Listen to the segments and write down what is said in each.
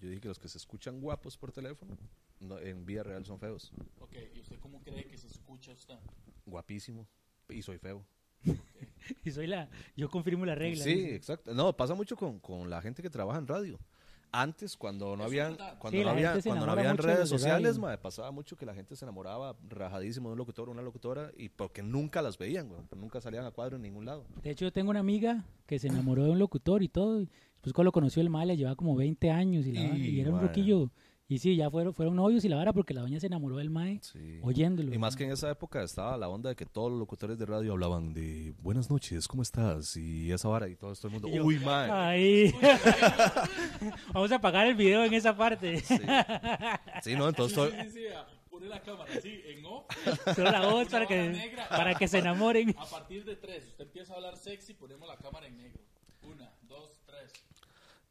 Yo dije que los que se escuchan guapos por teléfono, no, en vida real son feos. Ok, ¿y usted cómo cree que se escucha usted? Guapísimo. Y soy feo. Y soy la. Yo confirmo la regla. sí, dice. exacto. No, pasa mucho con, con la gente que trabaja en radio. Antes, cuando no Es habían, verdad. cuando Sí, no la había- gente se cuando no enamora habían mucho de redes los de sociales, radio. mae, pasaba mucho que la gente se enamoraba rajadísimo de un locutor o una locutora y porque nunca las veían, weón, nunca salían a cuadro en ningún lado. De hecho, yo tengo una amiga que se enamoró de un locutor y todo. y después, cuando lo conoció el mal, le llevaba como 20 años y, la vara, Y, y era un mae. roquillo. Y sí, ya fueron, fueron novios y la vara porque la doña se enamoró del mae Sí. oyéndolo. Y más que en esa época estaba la onda de que todos los locutores de radio hablaban de buenas noches, ¿cómo estás? Y esa vara y todo, todo el mundo, Y yo, "Ah, uy, mae. Ahí. Vamos a apagar el video en esa parte. Sí, no, entonces todo- Sí, sí, ah, pone la cámara así, en off. Solo la voz Una para vara que, negra. para que se enamoren. A partir de tres, usted empieza a hablar sexy, ponemos la cámara en negro. Una, dos, tres.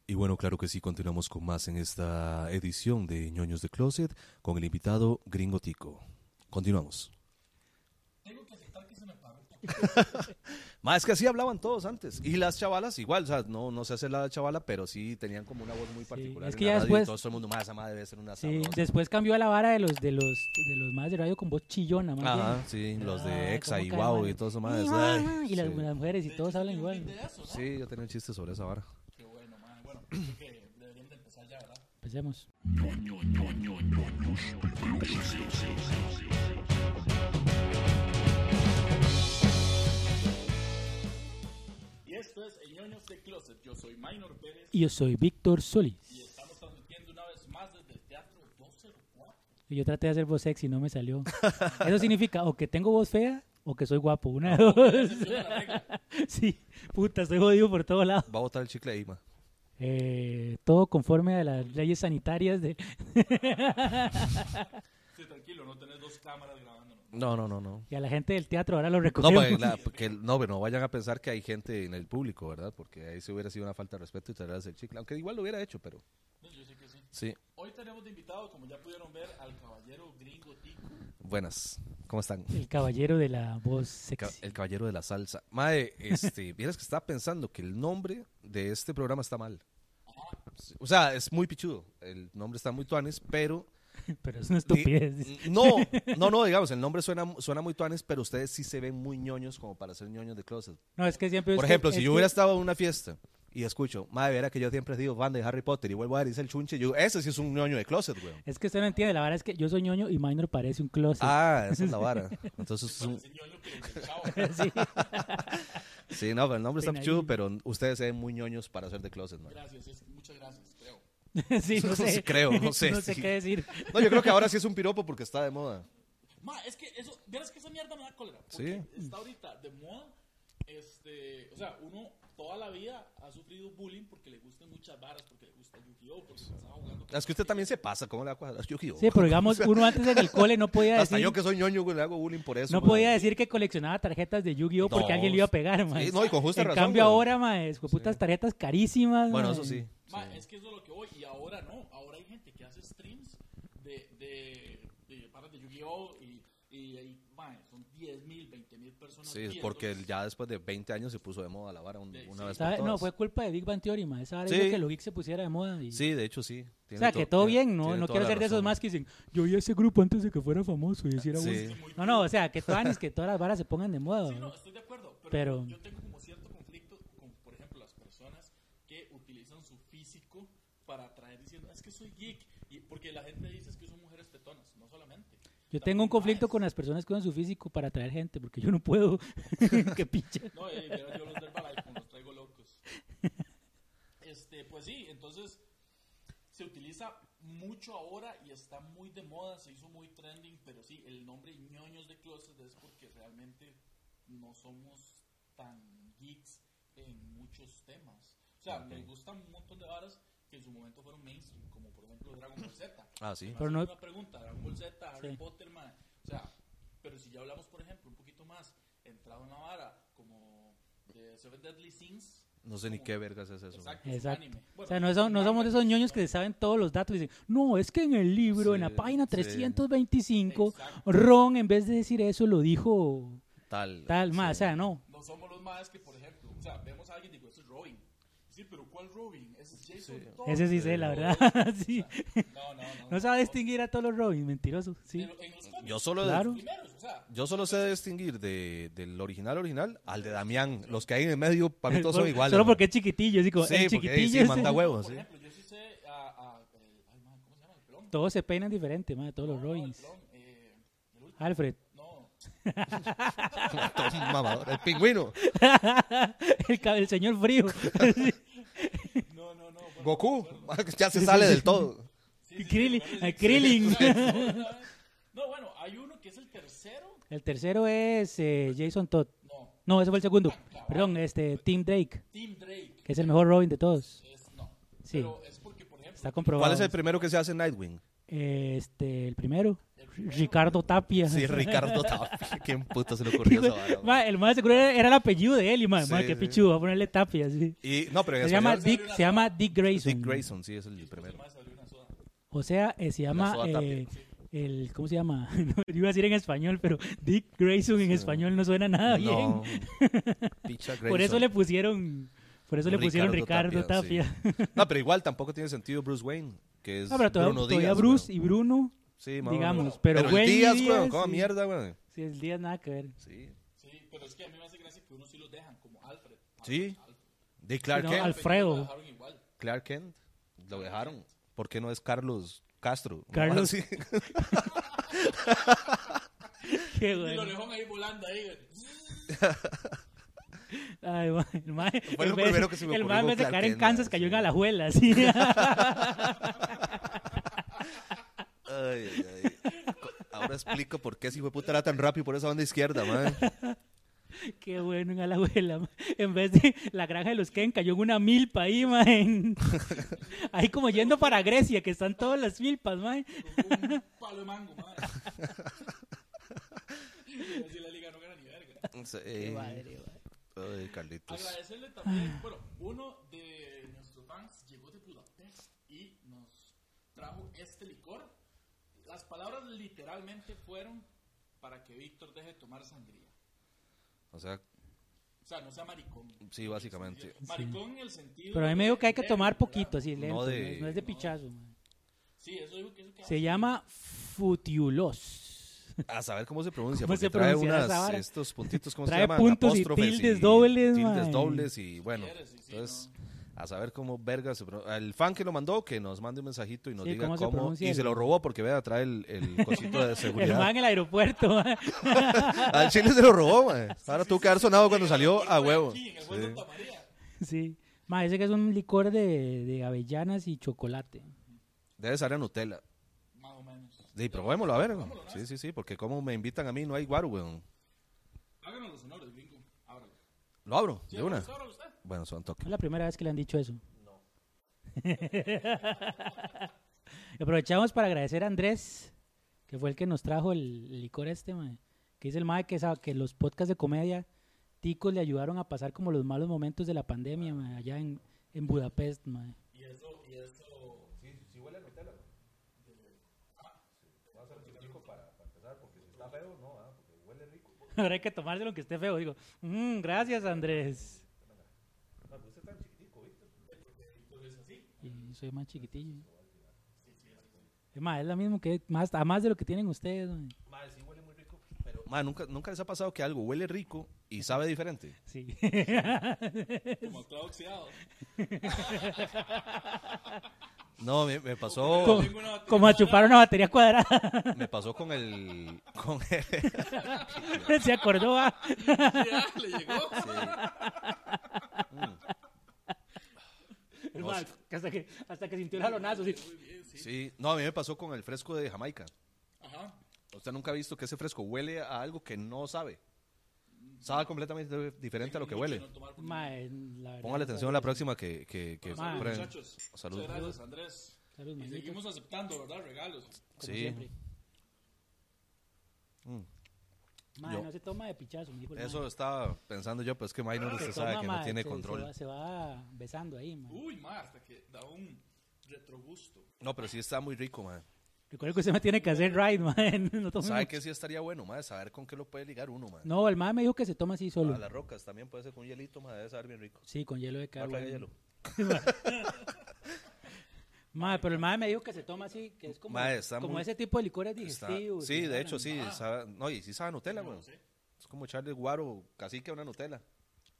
Y bueno, claro que sí, continuamos con más en esta edición de Ñoños de Closet con el invitado Gringo Tico. Continuamos. Tengo que aceptar que se me paró. Más es que así hablaban todos antes. Y las chavalas, igual, o sea, no, no sé hacer la chavala, pero sí tenían como una voz muy particular. es en que la ya radio y después- todo, todo el mundo, más esa madre debe ser una Sí, sabrosa". después cambió a la vara de los de los de los más de radio con voz chillona, más Ajá, bien. sí, los Ah, de Exa cómo y cae Wow mal. y todo eso, Y madre. guau, ay, y las, sí. las mujeres y todos hablan ¿Qué igual. de eso, no? Sí, yo tenía un chiste sobre esa vara. Qué bueno, man. Bueno, creo que deberían de empezar ya, ¿verdad? Empecemos. Y esto es En Ñoños de Closet. Yo soy Minor Pérez Y yo soy Víctor Solís. y estamos transmitiendo una vez más desde el Teatro 204. Y Yo traté de hacer voz sexy, no me salió. Eso significa o que tengo voz fea o que soy guapo. Una Oh. de dos. Excepción a la regla. Sí, puta, estoy jodido por todos lados. Va a botar el chicle ahí, ma. Eh, todo conforme a las leyes sanitarias de... Sí, tranquilo, no tenés dos cámaras grabándonos. No, no, no, no. y a la gente del teatro ahora lo No, recogemos. pues, la- que, no, pero no vayan a pensar que hay gente en el público, ¿verdad? Porque ahí se hubiera sido una falta de respeto y traerás el chicle. Aunque igual lo hubiera hecho, pero No, Yo sé que sí. sí. Hoy tenemos de invitado, como ya pudieron ver, al caballero gringo Tico. Buenas, ¿cómo están? El caballero de la voz Ca- sexy. El caballero de la salsa. Mae, este, vieras que estaba pensando que el nombre de este programa está mal. Sí, O sea, es muy pichudo. El nombre está muy tuanes, pero. Pero es una estupidez. dice. No, no, no, digamos, el nombre suena, suena muy tuanes, pero ustedes sí se ven muy ñoños como para ser ñoños de closet. No, es que siempre... Por es que- ejemplo, si es yo que- hubiera estado en una fiesta y escucho, madre, verá que yo siempre digo banda de Harry Potter y vuelvo a decir el chunche, yo, ese sí es un ñoño de closet, güey. Es que usted no entiende, la verdad es que yo soy ñoño y Minor parece un closet. Ah, esa es la vara. Entonces, es un- Ese ñoño que desde el chavo. Sí. sí, no, pero el nombre está Peinadillo. pichudo, pero ustedes se ven muy ñoños para ser de closet, man. Gracias, es- muchas gracias, creo. Sí, no Sí, sé. creo, no sé, No sé sí. qué decir. No, yo creo que ahora sí es un piropo porque está de moda. Ma, es que eso, verás que esa mierda me da cólera. Sí. Porque está ahorita de moda. Este, o sea, uno toda la vida ha sufrido bullying porque le gustan muchas varas, porque le gusta Yu-Gi-Oh, porque se pasaba jugando. con- Es que usted también se pasa, ¿cómo le va a cuadrar? Yo, yo, Sí, pero digamos, uno antes en el cole no podía hasta decir... yo que soy ñoño, güey, le hago bullying por eso. No güey. podía decir que coleccionaba tarjetas de Yu-Gi-Oh! porque No, alguien le iba a pegar, mae. no, y con justa en razón, cambio weón. ahora, mae, putas tarjetas carísimas, Bueno, mae. eso sí. Ma, es que eso es lo que voy. Y ahora no. Ahora hay gente que hace streams de, de, de varas de Yu-Gi-Oh y, y, y, ma, son 10 mil, 20 mil personas. Sí, viendo. porque ya después de 20 años se puso de moda la vara un- Sí, una sí. vez por ¿Sabe? No, todas. fue culpa de Big Bang Theory, mae. Esa hora Sí. hizo que lo geek se pusiera de moda. y- Sí, de hecho sí. O Tiene sea, que to- todo tiene- bien, ¿no? tiene No toda quiero la ser de esos razón. más que dicen, yo vi a ese grupo antes de que fuera famoso y hiciera voz". Sí. No, no, o sea, que todas, las- que todas las varas se pongan de moda. Sí, no, weón. estoy de acuerdo, pero, Pero- yo tengo como cierto conflicto con, por ejemplo, las personas que utilizan su físico para atraer diciendo, es que soy geek, y porque la gente dice "Es que son mujeres tetonas, no solamente. ah, Yo tengo un conflicto con las personas que usan su físico para atraer gente, porque yo no puedo. Qué pinche. No, eh, yo, yo los del Balaico, los traigo locos. Este, pues sí, entonces se utiliza mucho ahora y está muy de moda, se hizo muy trending, pero sí, el nombre ñoños de closet es porque realmente no somos tan geeks en muchos temas. O sea, me gustan un montón de varas que en su momento fueron mainstream, como por ejemplo Dragon Ball Z. Ah, sí. Pero Pero no- Una pregunta, Dragon Ball Z, Harry Sí. Potter, mae, O sea, pero si ya hablamos, por ejemplo, un poquito más, entrado en la vara, como de Seven Deadly Sins. No sé ni como- qué vergas es eso. Exacto. Pues es un Exacto. anime. o Bueno, sea, no, son- no somos manga, esos ñoños que saben todos los datos y dicen, no, es que en el libro, en la Sí, página sí. 325, Exacto. Ron, en vez de decir eso, lo dijo Tal. tal, más. O sí. sea, no. No somos los más que, por ejemplo, o sea, vemos a alguien y digo, esto "Este es Robin. Sí, pero ¿cuál Robin? Ese es Jason Sí. Todd. Ese sí sé, la verdad. sí. No, no, no. No sabe distinguir a todos los Robins, mentiroso. Sí. Pero en los cómics Yo ¿Ah, solo, Claro. primeros, o sea, yo solo sé distinguir de, del original original al de Damián. Los que hay en el medio, para mí todos son iguales. Solo man. porque es chiquitillo, así como, Sí, el porque ahí chiquitillo. sí es- manda huevos. por sí. ejemplo, yo sí sé a... a- el- ay, man, ¿Cómo se llama? El pelón. Todos se peinan diferente, madre, todos los No, no, el Robins. pelón, eh, el último, Alfred, no. Todo un mamador. El pingüino. el, cab- el señor frío. No, no, no. bueno, Goku. Ya se sale del todo. sí, sí, sí, Krillin- pero es- a Krillin. sí, sí, sí. No, bueno, hay uno que es el tercero. El tercero es eh, Jason Todd. No, No, ese fue el segundo. Perdón, este, Tim Drake, Tim Drake. que es el mejor Robin de todos. Es, no. Sí. Pero es porque, por ejemplo, Está comprobado. ¿Cuál es el primero que se hace en Nightwing? Este, el primero. Ricardo Tapia. Sí, Ricardo Tapia. ¿Quién puta se le ocurrió esa vara, man? Ma, el más seguro era, era el apellido de él y ma, Sí, ma, qué sí. pichu, va a ponerle Tapia. sí. Y, no, pero en Se llama español- Dick, se llama Dick Grayson. Dick Grayson, sí, es el primero. más salió una soda. O sea, eh, se llama soda Tapia. eh, el ¿cómo se llama? No, iba a decir en español, pero Dick Grayson en español no suena nada Ah, bien. No. Picha Por eso Grayson. le pusieron por eso le pusieron Ricardo Tapia. sí. No, pero igual tampoco tiene sentido Bruce Wayne, que es Ah, pero todavía, Pues Bruno todavía Díaz, Bruce weón. y Bruno, Sí, más o digamos, menos. pero el Wayne y Díaz, Díaz, weón, cómo sí. mierda, weón. sí, el día nada que ver. Sí. Sí, pero es que a mí me hace gracia que unos sí los dejan, como Alfred. Sí. De Sí, Clark no, Kent. Alf- Alfredo. Lo dejaron igual. Clark Kent. Lo dejaron. ¿Por qué no es Carlos Castro? Carlos- Sí. Qué Y lo bueno. dejaron ahí volando ahí. eh, Ay, ma, el ma, Fue lo en vez- primero que se me el ocurrió ma en vez de Clark caer en Kent, Kansas ma, cayó en sí. Alajuela, sí. Ay, ay, ay. Co- Ahora explico por qué ese hijo de puta era tan rápido por esa banda izquierda, man. Qué bueno en Alajuela. ma. En vez de la granja de los Ken, cayó en una milpa ahí, ma, en- Ahí como yendo para Grecia, que están todas las milpas, ma. Con un palo de mango, madre. Así la liga no gana ni verga. Sí. Madre, ma. Ay, Pues, Carlitos. Agradecerle ah. también, bueno, uno de nuestros fans llegó de Budapest y nos trajo este licor. Las palabras literalmente fueron para que Víctor deje de tomar sangría. O sea, O sea, no sea maricón. sí, básicamente. Maricón en el sentido. Pero a mí me dijo que hay que de- tomar poquito, así No lento, no, de- no es de pichazo. ma. Sí, eso dijo que eso que Se llama futiulos. A saber cómo se pronuncia, ¿Cómo porque se trae pronunciará esa unas, vara? estos puntitos, ¿cómo Trae se llaman? puntos y Apóstrofes tildes dobles, tildes mae. dobles y bueno, quieres, sí, sí, entonces, a saber cómo verga se pronuncia. El fan que lo mandó, que nos mande un mensajito y nos Sí, diga ¿cómo cómo, se pronuncia y el- se lo robó porque, vea, trae el, el cosito de El man seguridad. en el aeropuerto, ma. Al chile se lo robó, mae. Ahora tuvo que haber sonado cuando salió a huevo. Aquí, en el Sí. buen Santa María. Sí. Ma, ese que es un licor de, de avellanas y chocolate. Debe salir a Nutella. Más o menos. Sí, probémoslo, a ver. ¿eh? Sí, sí, sí, porque como me invitan a mí, no hay guaro, weón. Háganos los honores, gringo. Ábralo. Lo abro, Sí, de una. ábralo usted. Bueno, son toques. Es la primera vez que le han dicho eso. Aprovechamos para agradecer a Andrés, que fue el que nos trajo el licor este, mae, que es el mae que, sa- que los podcasts de comedia ticos le ayudaron a pasar como los malos momentos de la pandemia, mae, allá en, en Budapest, mae. Y eso, y eso. Ah, Ahora hay que tomárselo aunque esté feo. Digo, "Mm, gracias Andrés. Y soy más chiquitillo. Es más, es lo mismo que, más, a más de lo que tienen ustedes, mae. Ma, ¿nunca, nunca les ha pasado que algo huele rico y sabe diferente. Sí. Como está oxidado. No, me, me pasó. como, Tengo una batería como a chupar una batería cuadrada. Me pasó con el. Con el- Se acordó. ah. Ya, le llegó. El man, hasta, que, hasta que sintió el jalonazo. así. sí, no, a mí me pasó con el fresco de Jamaica. Ajá. Usted nunca ha visto que ese fresco huele a algo que no sabe. Sabe completamente diferente a lo que huele. No tomar- Mae, eh, la verdad, pues, Póngale atención a la próxima que. que, que Ma. pre- Muchachos, Salud. muchas gracias, Andrés. Salud, Y manito, seguimos aceptando, ¿verdad? Regalos. como Sí. siempre. Mae, Yo- no se toma de pichazo, me dijo el Eso mae. estaba pensando yo, pero es que Minor Se usted sabe Ah, toma, que no mae, tiene se- se control. va- Se va, besando ahí, mae. Uy, ma, hasta que da un retrogusto. No, pero sí está muy rico, man. Recuerdo que usted me tiene que hacer ride, mae. No, tome ¿Sabe mucho. que sí estaría bueno, man? Saber con qué lo puede ligar uno, man. no, el mae me dijo que se toma así solo. A las rocas también puede ser con un hielito, man. Debe saber bien rico. Sí, con hielo de No carro. traiga hielo. Mae, pero el mae me dijo que se toma así, que es como, Mae, está como muy- ese tipo de licores Está- digestivos. sí, y de varas. hecho, sí. sabe- no, y sí sabe a Nutella, weón. sé. Es como echarle guaro casi que a una Nutella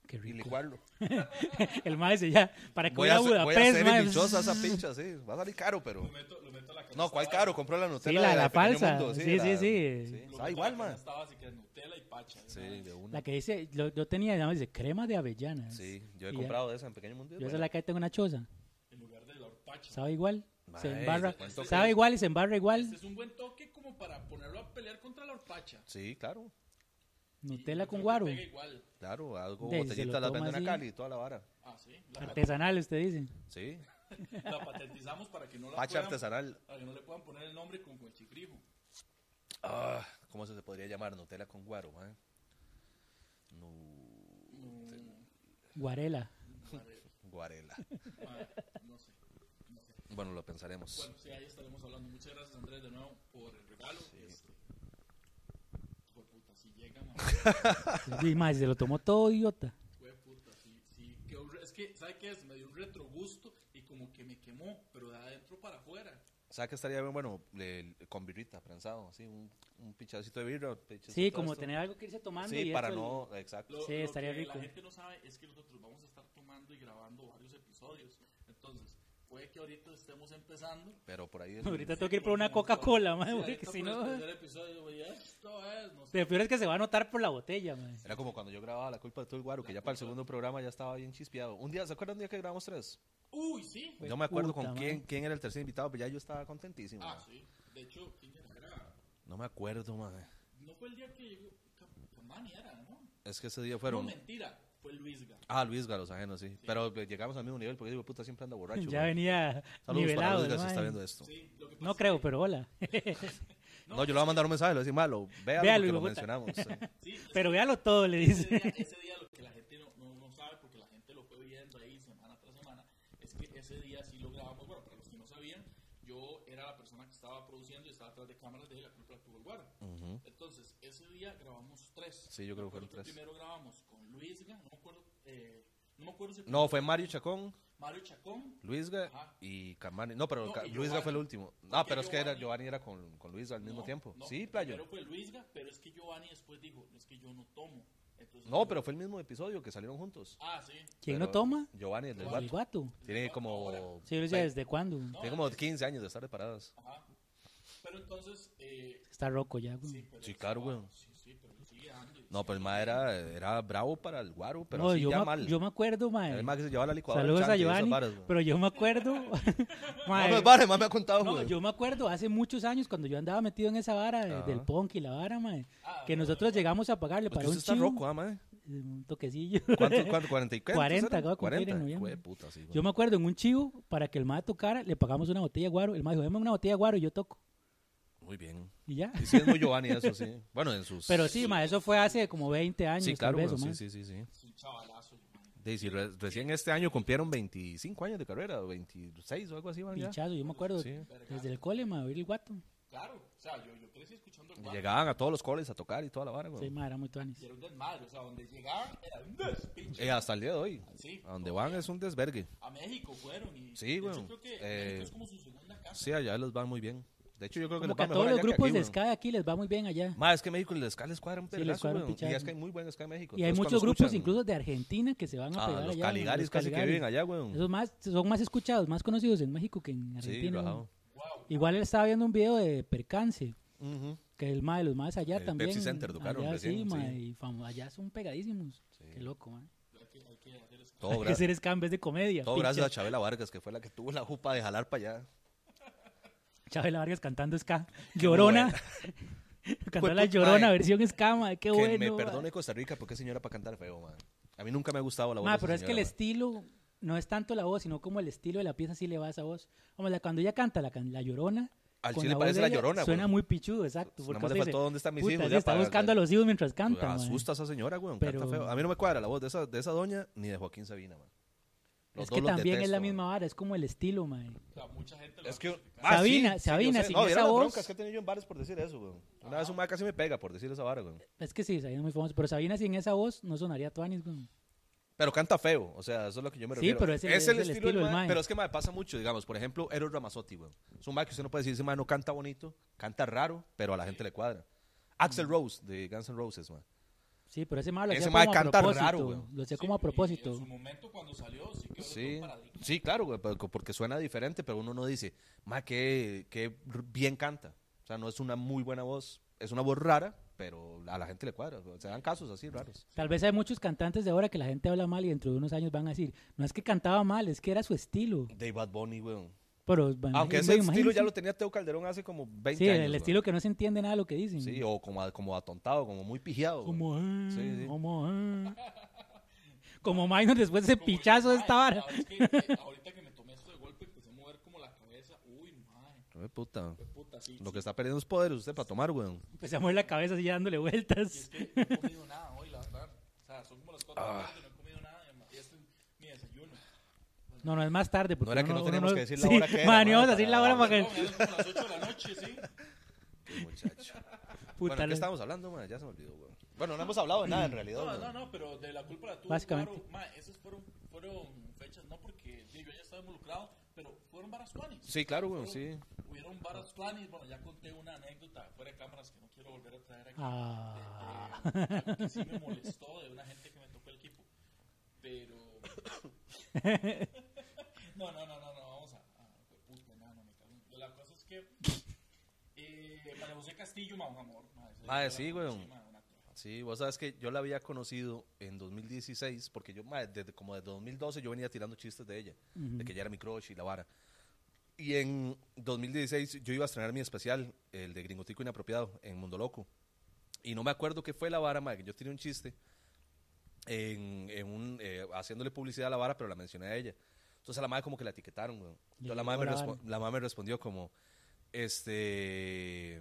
Qué y rico. licuarlo. El mae dice ya, para que Voy voy a, a hacer- voy a Budapest, hacer mae. dichosa esa pincha, sí. Va a salir caro, pero. Lo meto, lo meto a la canasta No, ¿cuál básica. caro? Compró la Nutella. la- de la de Pequeño falsa. Mundo, Sí, la- sí, sí. sí. Lo meto Sabe a Ah, igual, la man. canasta básica, Nutella y pacha. ¿no? Sí, de una. La que dice, lo- yo tenía, ya me dice, crema de avellana. Sí, yo he Y ya. comprado de esa en Pequeño Mundo. Yo esa es la que tengo en una choza. En lugar de la horpacha. Sabe igual, se Mae, embarra, de cuánto sabe que- igual y se embarra Este igual. es un buen toque como para ponerlo a pelear contra la horpacha. Sí, claro. Nutella Yo creo con que guaro. pega igual. Claro, algo De- si se lo botellita las toma venden a así. Cali y toda la vara. Ah, sí. La, Artesanal, usted dice. Sí, la patentizamos para que no la pacha puedan- artesanal. Para que no le puedan poner el nombre como el chifrijo. Ah, ¿Cómo se podría llamar? Nutella con guaro, man. No, Mm, Guarela. guarela. Ah, no sé. No sé. Bueno, lo pensaremos. Bueno, sí, ahí estaremos hablando. Muchas gracias, Andrés, de nuevo, por el regalo. Este, hijo de puta, si llega, mamá. Y mae, se lo tomó todo idiota. Güey, puta, sí, sí. quedó re- es que, ¿sabe qué es? Me dio un retrogusto y como que me quemó, pero de adentro para afuera. ¿Sabes qué estaría bien? Bueno, le- con birrita, prensado, así, un, un pinchacito de birra. pinchacito Sí, de como esto. tener algo que irse tomando. Sí, y para esto- no, exacto. Lo, Sí, lo estaría que rico. La gente no sabe es que nosotros vamos a estar tomando y grabando varios episodios. Entonces, puede que ahorita estemos empezando. Pero por ahí... Ahorita tengo que ir por una Coca-Cola, mae, Sí, porque ahorita si por no... El primer episodio, güey, esto es, no sé. Lo peor es que se va a notar por la botella, mae. Era como cuando yo grababa La culpa de todo el guaro, que ya para el segundo programa ya estaba bien chispeado. Un día, ¿se acuerdan un día que grabamos tres? Uy, sí. Fue no me acuerdo Pues, puta, con mae. quién, quién era el tercer invitado, pero ya yo estaba contentísimo. Ah, mae. sí. De hecho, ¿quién era? Era- No me acuerdo, madre. No fue el día que llegó. Cam- Camani era, ¿no? Es que ese día No, fueron... mentira. Fue Luisga. Ah, Luis Galos Ajeno, sí. Pero eh, llegamos al mismo nivel porque digo, puta, siempre anda borracho. Ya mae. venía Saludos para nivelado. Luis Galos si mae. está viendo esto. Sí, lo que pasa No creo, pero hola. No, yo le voy a mandar un mensaje, le voy a decir, malo, véalo, Véalo, porque lo hijueputa". mencionamos. sí. Sí, es pero véalo todo, le dice. ese día, ese día lo que la gente no, no- no sabe, porque la gente lo fue viendo ahí semana tras semana, es que ese día sí lo grabamos. Bueno, para los que no sabían, yo era la persona que estaba produciendo y estaba atrás de cámaras de la culpa tuvo el guaro. Ujú. Entonces, ese día grabamos tres. Sí, yo creo que Me acuerdo fueron tres. Primero grabamos con Luisga, no me acuerdo, eh, no me acuerdo si No, fue Mario Chacón, Mario Chacón. Luisga Ajá. y Camani. No, pero No, Ca- y Luisga fue el Giovanni. último. No, que pero es que era Giovanni- Giovanni era con, con Luisga al mismo No, tiempo. no, sí, playo. Primero fue Luisga, pero es que Giovanni después dijo, es que yo no tomo. Entonces, No, pero fue el mismo episodio que salieron juntos. Ah, sí. ¿Quién Pero no toma? Giovanni, el del El guato. guato. Tiene como... Sí, yo decía, ¿desde cuándo? Tiene como 15 años de estar separadas. Ajá. Pero entonces, eh, Está roco ya, güey. sí, pero Sí, él claro, estaba- weón. Sí, sí, pero él sigue dando y- No, pero el ma era, era bravo para el guaro, pero No, así yo, ya me, mal. yo me acuerdo, mae. El ma que se llevaba la licuadora. Saludos chante a y esas Giovanni. varas, güey. pero yo me acuerdo. mae, No, no, vale, más me ha contado, no, güey. yo me acuerdo hace muchos años cuando yo andaba metido en esa vara de- Ajá. del punk y la vara, mae. Ah, Que nosotros llegamos a pagarle Porque para un usted está chivo, eh, roco, ah, mae. Un toquecillo. ¿Cuánto, cuánto, 40 y qué? 40, ¿Entonces era? acabo de cumplir en noviembre. Jue puta, sí, güey. Yo me acuerdo en un chivo, para que el mae tocara, le pagamos una botella de guaro. El mae dijo, dame una botella de guaro y yo toco. Muy bien. Y ya. Y sí, es muy Giovanni eso, sí. Bueno, en sus... Pero sí, mae, eso fue hace como 20 años. Sí, claro, tal vez, bueno, o más. sí, sí, sí, sí. Es un chavalazo, man. De- si re- recién este año cumplieron 25 años de carrera, o 26 o algo así, van ya. Pichazo, yo me acuerdo. Sí. Desde el cole, mae, oír el guato. Claro, o sea, yo, yo crecí escuchando el Y guapo. Llegaban a todos los coles a tocar y toda la vara, güey. Sí, mae, era muy tuanis. Y Era un desmadre, o sea, donde llegaban era un despiche. Eh, hasta el día de hoy. Sí. A donde van es un desvergue. A México fueron y. Sí, de hecho, weón. creo que Eh, México es como su segunda casa. Sí, allá les van muy bien. De hecho, yo creo que les Como que va a mejor todos los allá que grupos aquí, de güey. Ska de aquí les va muy bien allá. Más es que México el Ska les cuadra un Sí, les pedazo, cuadra un güey. Y pichazo. es que hay muy buen Ska en México. Y hay Entonces, muchos cuando grupos escuchan incluso de Argentina que se van a a pegar los allá. Caligaris los casi que Caligaris. viven allá, güey. Esos más, son más escuchados, más conocidos en México que en Sí, Argentina. bajado. güey. Wow. Igual él estaba viendo un video de Percance, Ujú. que el más de los más allá El también. Pepsi Center tocaron allá, recién, sí, ma, sí. y fam- allá son pegadísimos. Qué loco, man. Hay que, hay que hacer eso. Todo, Hay gra- que ser Ska en vez de comedia. todo pinche. gracias a Chabela Vargas, que fue la que tuvo la jupa de jalar para allá. Chabela Vargas cantando Ska. Llorona. Cantó la Jueputa, Llorona, mae. versión Ska, ma, que Qué bueno. me ma. perdone Costa Rica porque es señora para cantar feo, man. A mí nunca me ha gustado la voz. Ma, de esa pero es que el señora, estilo no es tanto la voz, sino como el estilo de la pieza sí le va a esa voz. Vamos, la- cuando ella canta la, can- la llorona. Al con chile voz parece de La ella, Llorona, Suena güey. muy pichudo, exacto. Nada más Porque le usted dice, faltó dónde están mis "Puta, hijos", sí, ya está para- buscando a los hijos mientras man. canta. ma. Asusta a esa señora, weón. Pero- Canta feo. A mí no me cuadra la voz de esa, de esa doña ni de Joaquín Sabina, man. Los Es dos que los también es la detesto, misma vara, es como el estilo, mae. O sea, mucha gente man. lo Ah, Es que. Ah, Sabina, Sabina, yo sé. sin No, esa vieras las voz. broncas que he tenido yo en bares por decir eso, weón. Una vez un ma casi me pega por decir esa vara, weón. Es que sí, Sabina es muy famoso. Pero Sabina sin esa voz no sonaría Tuanis, güey. Pero canta feo, o sea, eso es lo que yo me Sí, refiero. pero es el- es el estilo del mae, mae. Pero es que mae, pasa mucho, digamos, por ejemplo, Eros Ramazzotti, weón. Es un mae que usted no puede decir, ese mae no canta bonito, canta raro, pero a la gente le cuadra. Mm. Axel Rose, de Guns N' Roses, mae. Sí, pero ese mae lo Ese hacía mae como a canta propósito. raro, weón. lo hacía Sí, como a y- y propósito. En su momento cuando salió, sí que Sí, un paradigma. sí, claro, güey, pero- porque suena diferente, pero uno no dice, ma, que, que bien canta. O sea, no es una muy buena voz, es una voz rara, pero a la gente le cuadra. Se dan casos así raros. Tal vez hay muchos cantantes de ahora que la gente habla mal y dentro de unos años van a decir, no es que cantaba mal, es que era su estilo. Dave Bad Bunny, weón. Pero, bueno, Aunque imag- ese estilo imagínense. ya lo tenía Teo Calderón hace como 20 Sí, años. el güey. estilo que no se entiende nada de lo que dicen. Sí, o como, a- como atontado, como muy pijeado. güey. Como, eh, Sí, sí. como, eh. como Minor después de ese Como yo, pichazo de mae, esta vara. ¿sabes qué? Que eh, ahorita que me tomé esto de golpe empecé a mover como la cabeza. Uy, mae, Ay, puta. qué puta, sí. Lo sí. que está perdiendo es poder usted para tomar, weón. Empecé a mover Pues la cabeza así ya dándole Y es vueltas. que no he comido nada hoy, la verdad. O sea, son como las cuatro Ah. de la tarde, no he comido nada. Y este es mi desayuno. No, no, es más tarde. Porque No era que uno- no uno teníamos que decir la hora que era, man, man, íbamos a para- decir la hora para que... Perdón, eran como las 8 de la noche, sí. Qué Muchacho. bueno, Puta, ¿de la- ¿qué estábamos hablando, man? Ya se me olvidó, weón. Bueno, no hemos hablado de nada en realidad. No, weón. no, no, pero de la culpa la tuvo. Básicamente. Claro, ma, esas fueron, fueron fechas, no porque sí, yo ya estaba involucrado, pero fueron varas planes. Sí, claro, weón, sí. Fueron- Hubieron varas planes, bueno, ya conté una anécdota fuera de cámaras que no quiero volver a traer aquí. Ah. de- de- algo que sí me molestó de una gente que me tocó el equipo. Pero. no, no, no, no, no, vamos a. a- puta, no, no, me cago en- La cosa es que. Eh, María José Castillo, ma, un amor. ma, esa Ma, yo la sí, conocí, weón. ma, una tía. Sí, vos sabes que yo la había conocido en 2016, porque yo, mae, desde como desde 2012 yo venía tirando chistes de ella, de que ella era mi crush y la vara. Y en 2016 yo iba a estrenar mi especial, el de Gringotico Inapropiado, en Mundo Loco. Y no me acuerdo qué fue la vara, mae, que yo tiré un chiste en, en un, eh, haciéndole publicidad a la vara, pero la mencioné a ella. Entonces a la madre como que la etiquetaron, weón. Y Entonces la llegó madre, me la respo- vara. la madre me respondió como, este...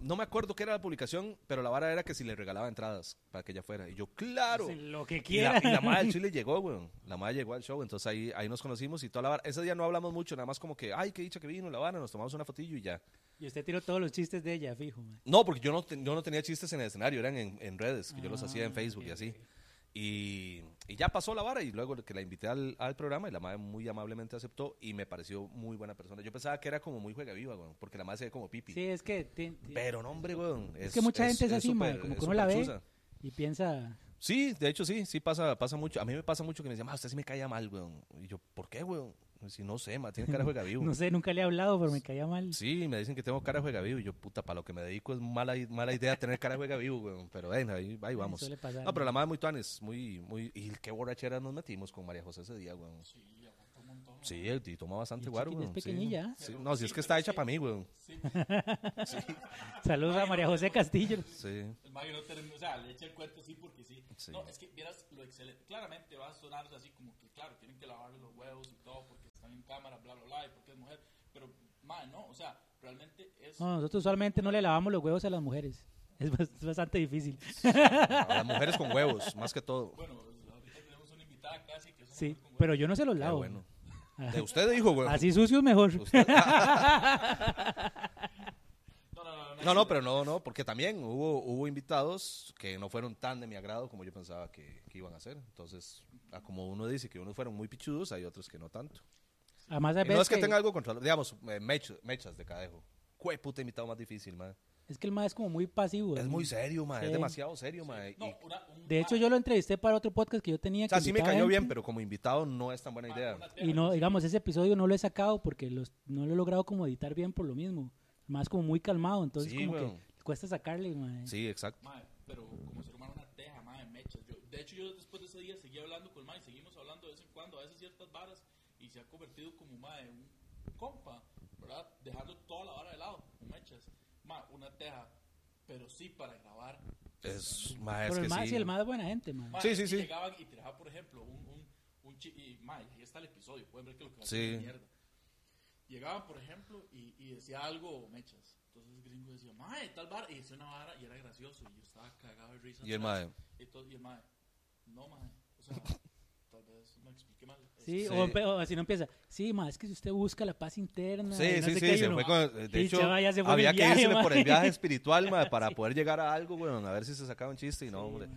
No me acuerdo qué era la publicación, pero la vara era que si le regalaba entradas para que ella fuera. Y yo, claro. Sí, Lo que Y la, quiera. y la madre del Chile llegó, weón. La madre llegó al show, entonces ahí, ahí nos conocimos y toda la vara. Ese día no hablamos mucho, nada más como que, ay, qué dicha que vino, la vara, nos tomamos una fotillo y ya. Y usted tiró todos los chistes de ella, fijo. man. No, porque yo no, ten- yo no tenía chistes en el escenario, eran en, en redes, que yo los Ah, hacía en Facebook ok, y así. ok. Y, y ya pasó la vara y luego que la invité al, al programa y la madre muy amablemente aceptó y me pareció muy buena persona. Yo pensaba que era como muy juega viva, weón, porque la madre se ve como pipi. Sí, es que... ti- ti- Pero no, hombre, weón. Es que mucha gente es así, mae, súper- como es que uno la súper ve. chusa. Y piensa... Sí, de hecho sí, sí pasa, pasa mucho. A mí me pasa mucho que me dicen, ma, usted sí me caía mal, weón. Y yo, ¿por qué, weón? Si no sé, ma, tiene cara de juega vivo. No sé, nunca le he hablado, pero me caía mal. Sí, me dicen que tengo cara de juega vivo. Y yo, puta, para lo que me dedico es mala, i- mala idea tener cara de juega vivo, weón. Pero bueno, ahí, ahí vamos. suele pasar, No, pero ¿no? la madre muy tuanes, muy, muy. Y qué borrachera nos metimos con María José ese día, weón. Sí, aguantó un montón. ma. Sí, y toma bastante Y guaro, chiquita, es weón. sí. pequeñilla. Sí, No, si es que está hecha para mí, weón. Sí, Saludos a María José Castillo. Sí. El mago no terminó, o sea, le echa el cuento sí porque sí. Sí. No, es que vieras lo excelente. Claramente va a sonar así como que, claro, tienen que lavarle los huevos y todo porque están en cámara, bla, bla, bla, y porque es mujer. Pero, man, no, o sea, realmente es. No, nosotros usualmente no le lavamos los huevos a las mujeres. Es bas- es bastante difícil. A las mujeres con huevos, más que todo. Bueno, ahorita tenemos una invitada casi que es una Sí, mujer con pero yo no se los Qué lavo. bueno. De usted dijo, weón. Así sucio es mejor. Usted- huevos. No, no, no, no. No, no, pero no, no, porque también hubo, hubo invitados que no fueron tan de mi agrado como yo pensaba que, que iban a ser. Entonces, a como uno dice que unos fueron muy pichudos, hay otros que no tanto. Además, a Y no veces es que tenga algo contra, digamos, eh, mech- mechas de cadejo. Cue puta invitado más difícil, man. es que el más es como muy pasivo. Es ¿no? muy serio, man. Pues Sí. Es demasiado serio, man. Y- No, una, un- De hecho, yo lo entrevisté para otro podcast que yo tenía. o sea, que sí me invitaba cayó bien, gente, pero como invitado no es tan buena idea. una tela. Y no, digamos, ese episodio no lo he sacado porque los, no lo he logrado como editar bien por lo mismo. Más como muy calmado, entonces Sí, como weón. que cuesta sacarle, mae. Sí, exacto. Mae, pero como ser humano una teja, mae, mechas. Yo, de hecho, yo después de ese día seguí hablando con el mae, y seguimos hablando de vez en cuando, a veces ciertas varas, y se ha convertido como mae, un compa, ¿verdad? Dejando toda la vara de lado, con mechas. Mae, una teja, pero sí para grabar. Es, man, es Pero el que más, sí. el más es buena gente, mae. Mae, Sí, sí, y sí. Llegaban y tiraba, por ejemplo, un, un, un chi- y mae, ahí está el episodio, pueden ver que lo que va a Sí. ser es mierda. Llegaban, por ejemplo, y, y decía algo, mechas. Entonces el gringo decía, mae, tal vara, y decía una vara, y era gracioso, y yo estaba cagado de risa. Y el atrás. mae. Y, to- y el mae, no mae, o sea, tal vez me expliqué mal. este, Sí, Sí. O, pe- o si no empieza, sí, ma, es que si usted busca la paz interna. Sí, y no sí, sé sí, qué, y se uno, fue con- sí, de hecho, chava, ya se fue había mi que viaje, irse ma. por el viaje espiritual, ma, para poder llegar a algo, weón, a ver si se sacaba un chiste y no, hombre.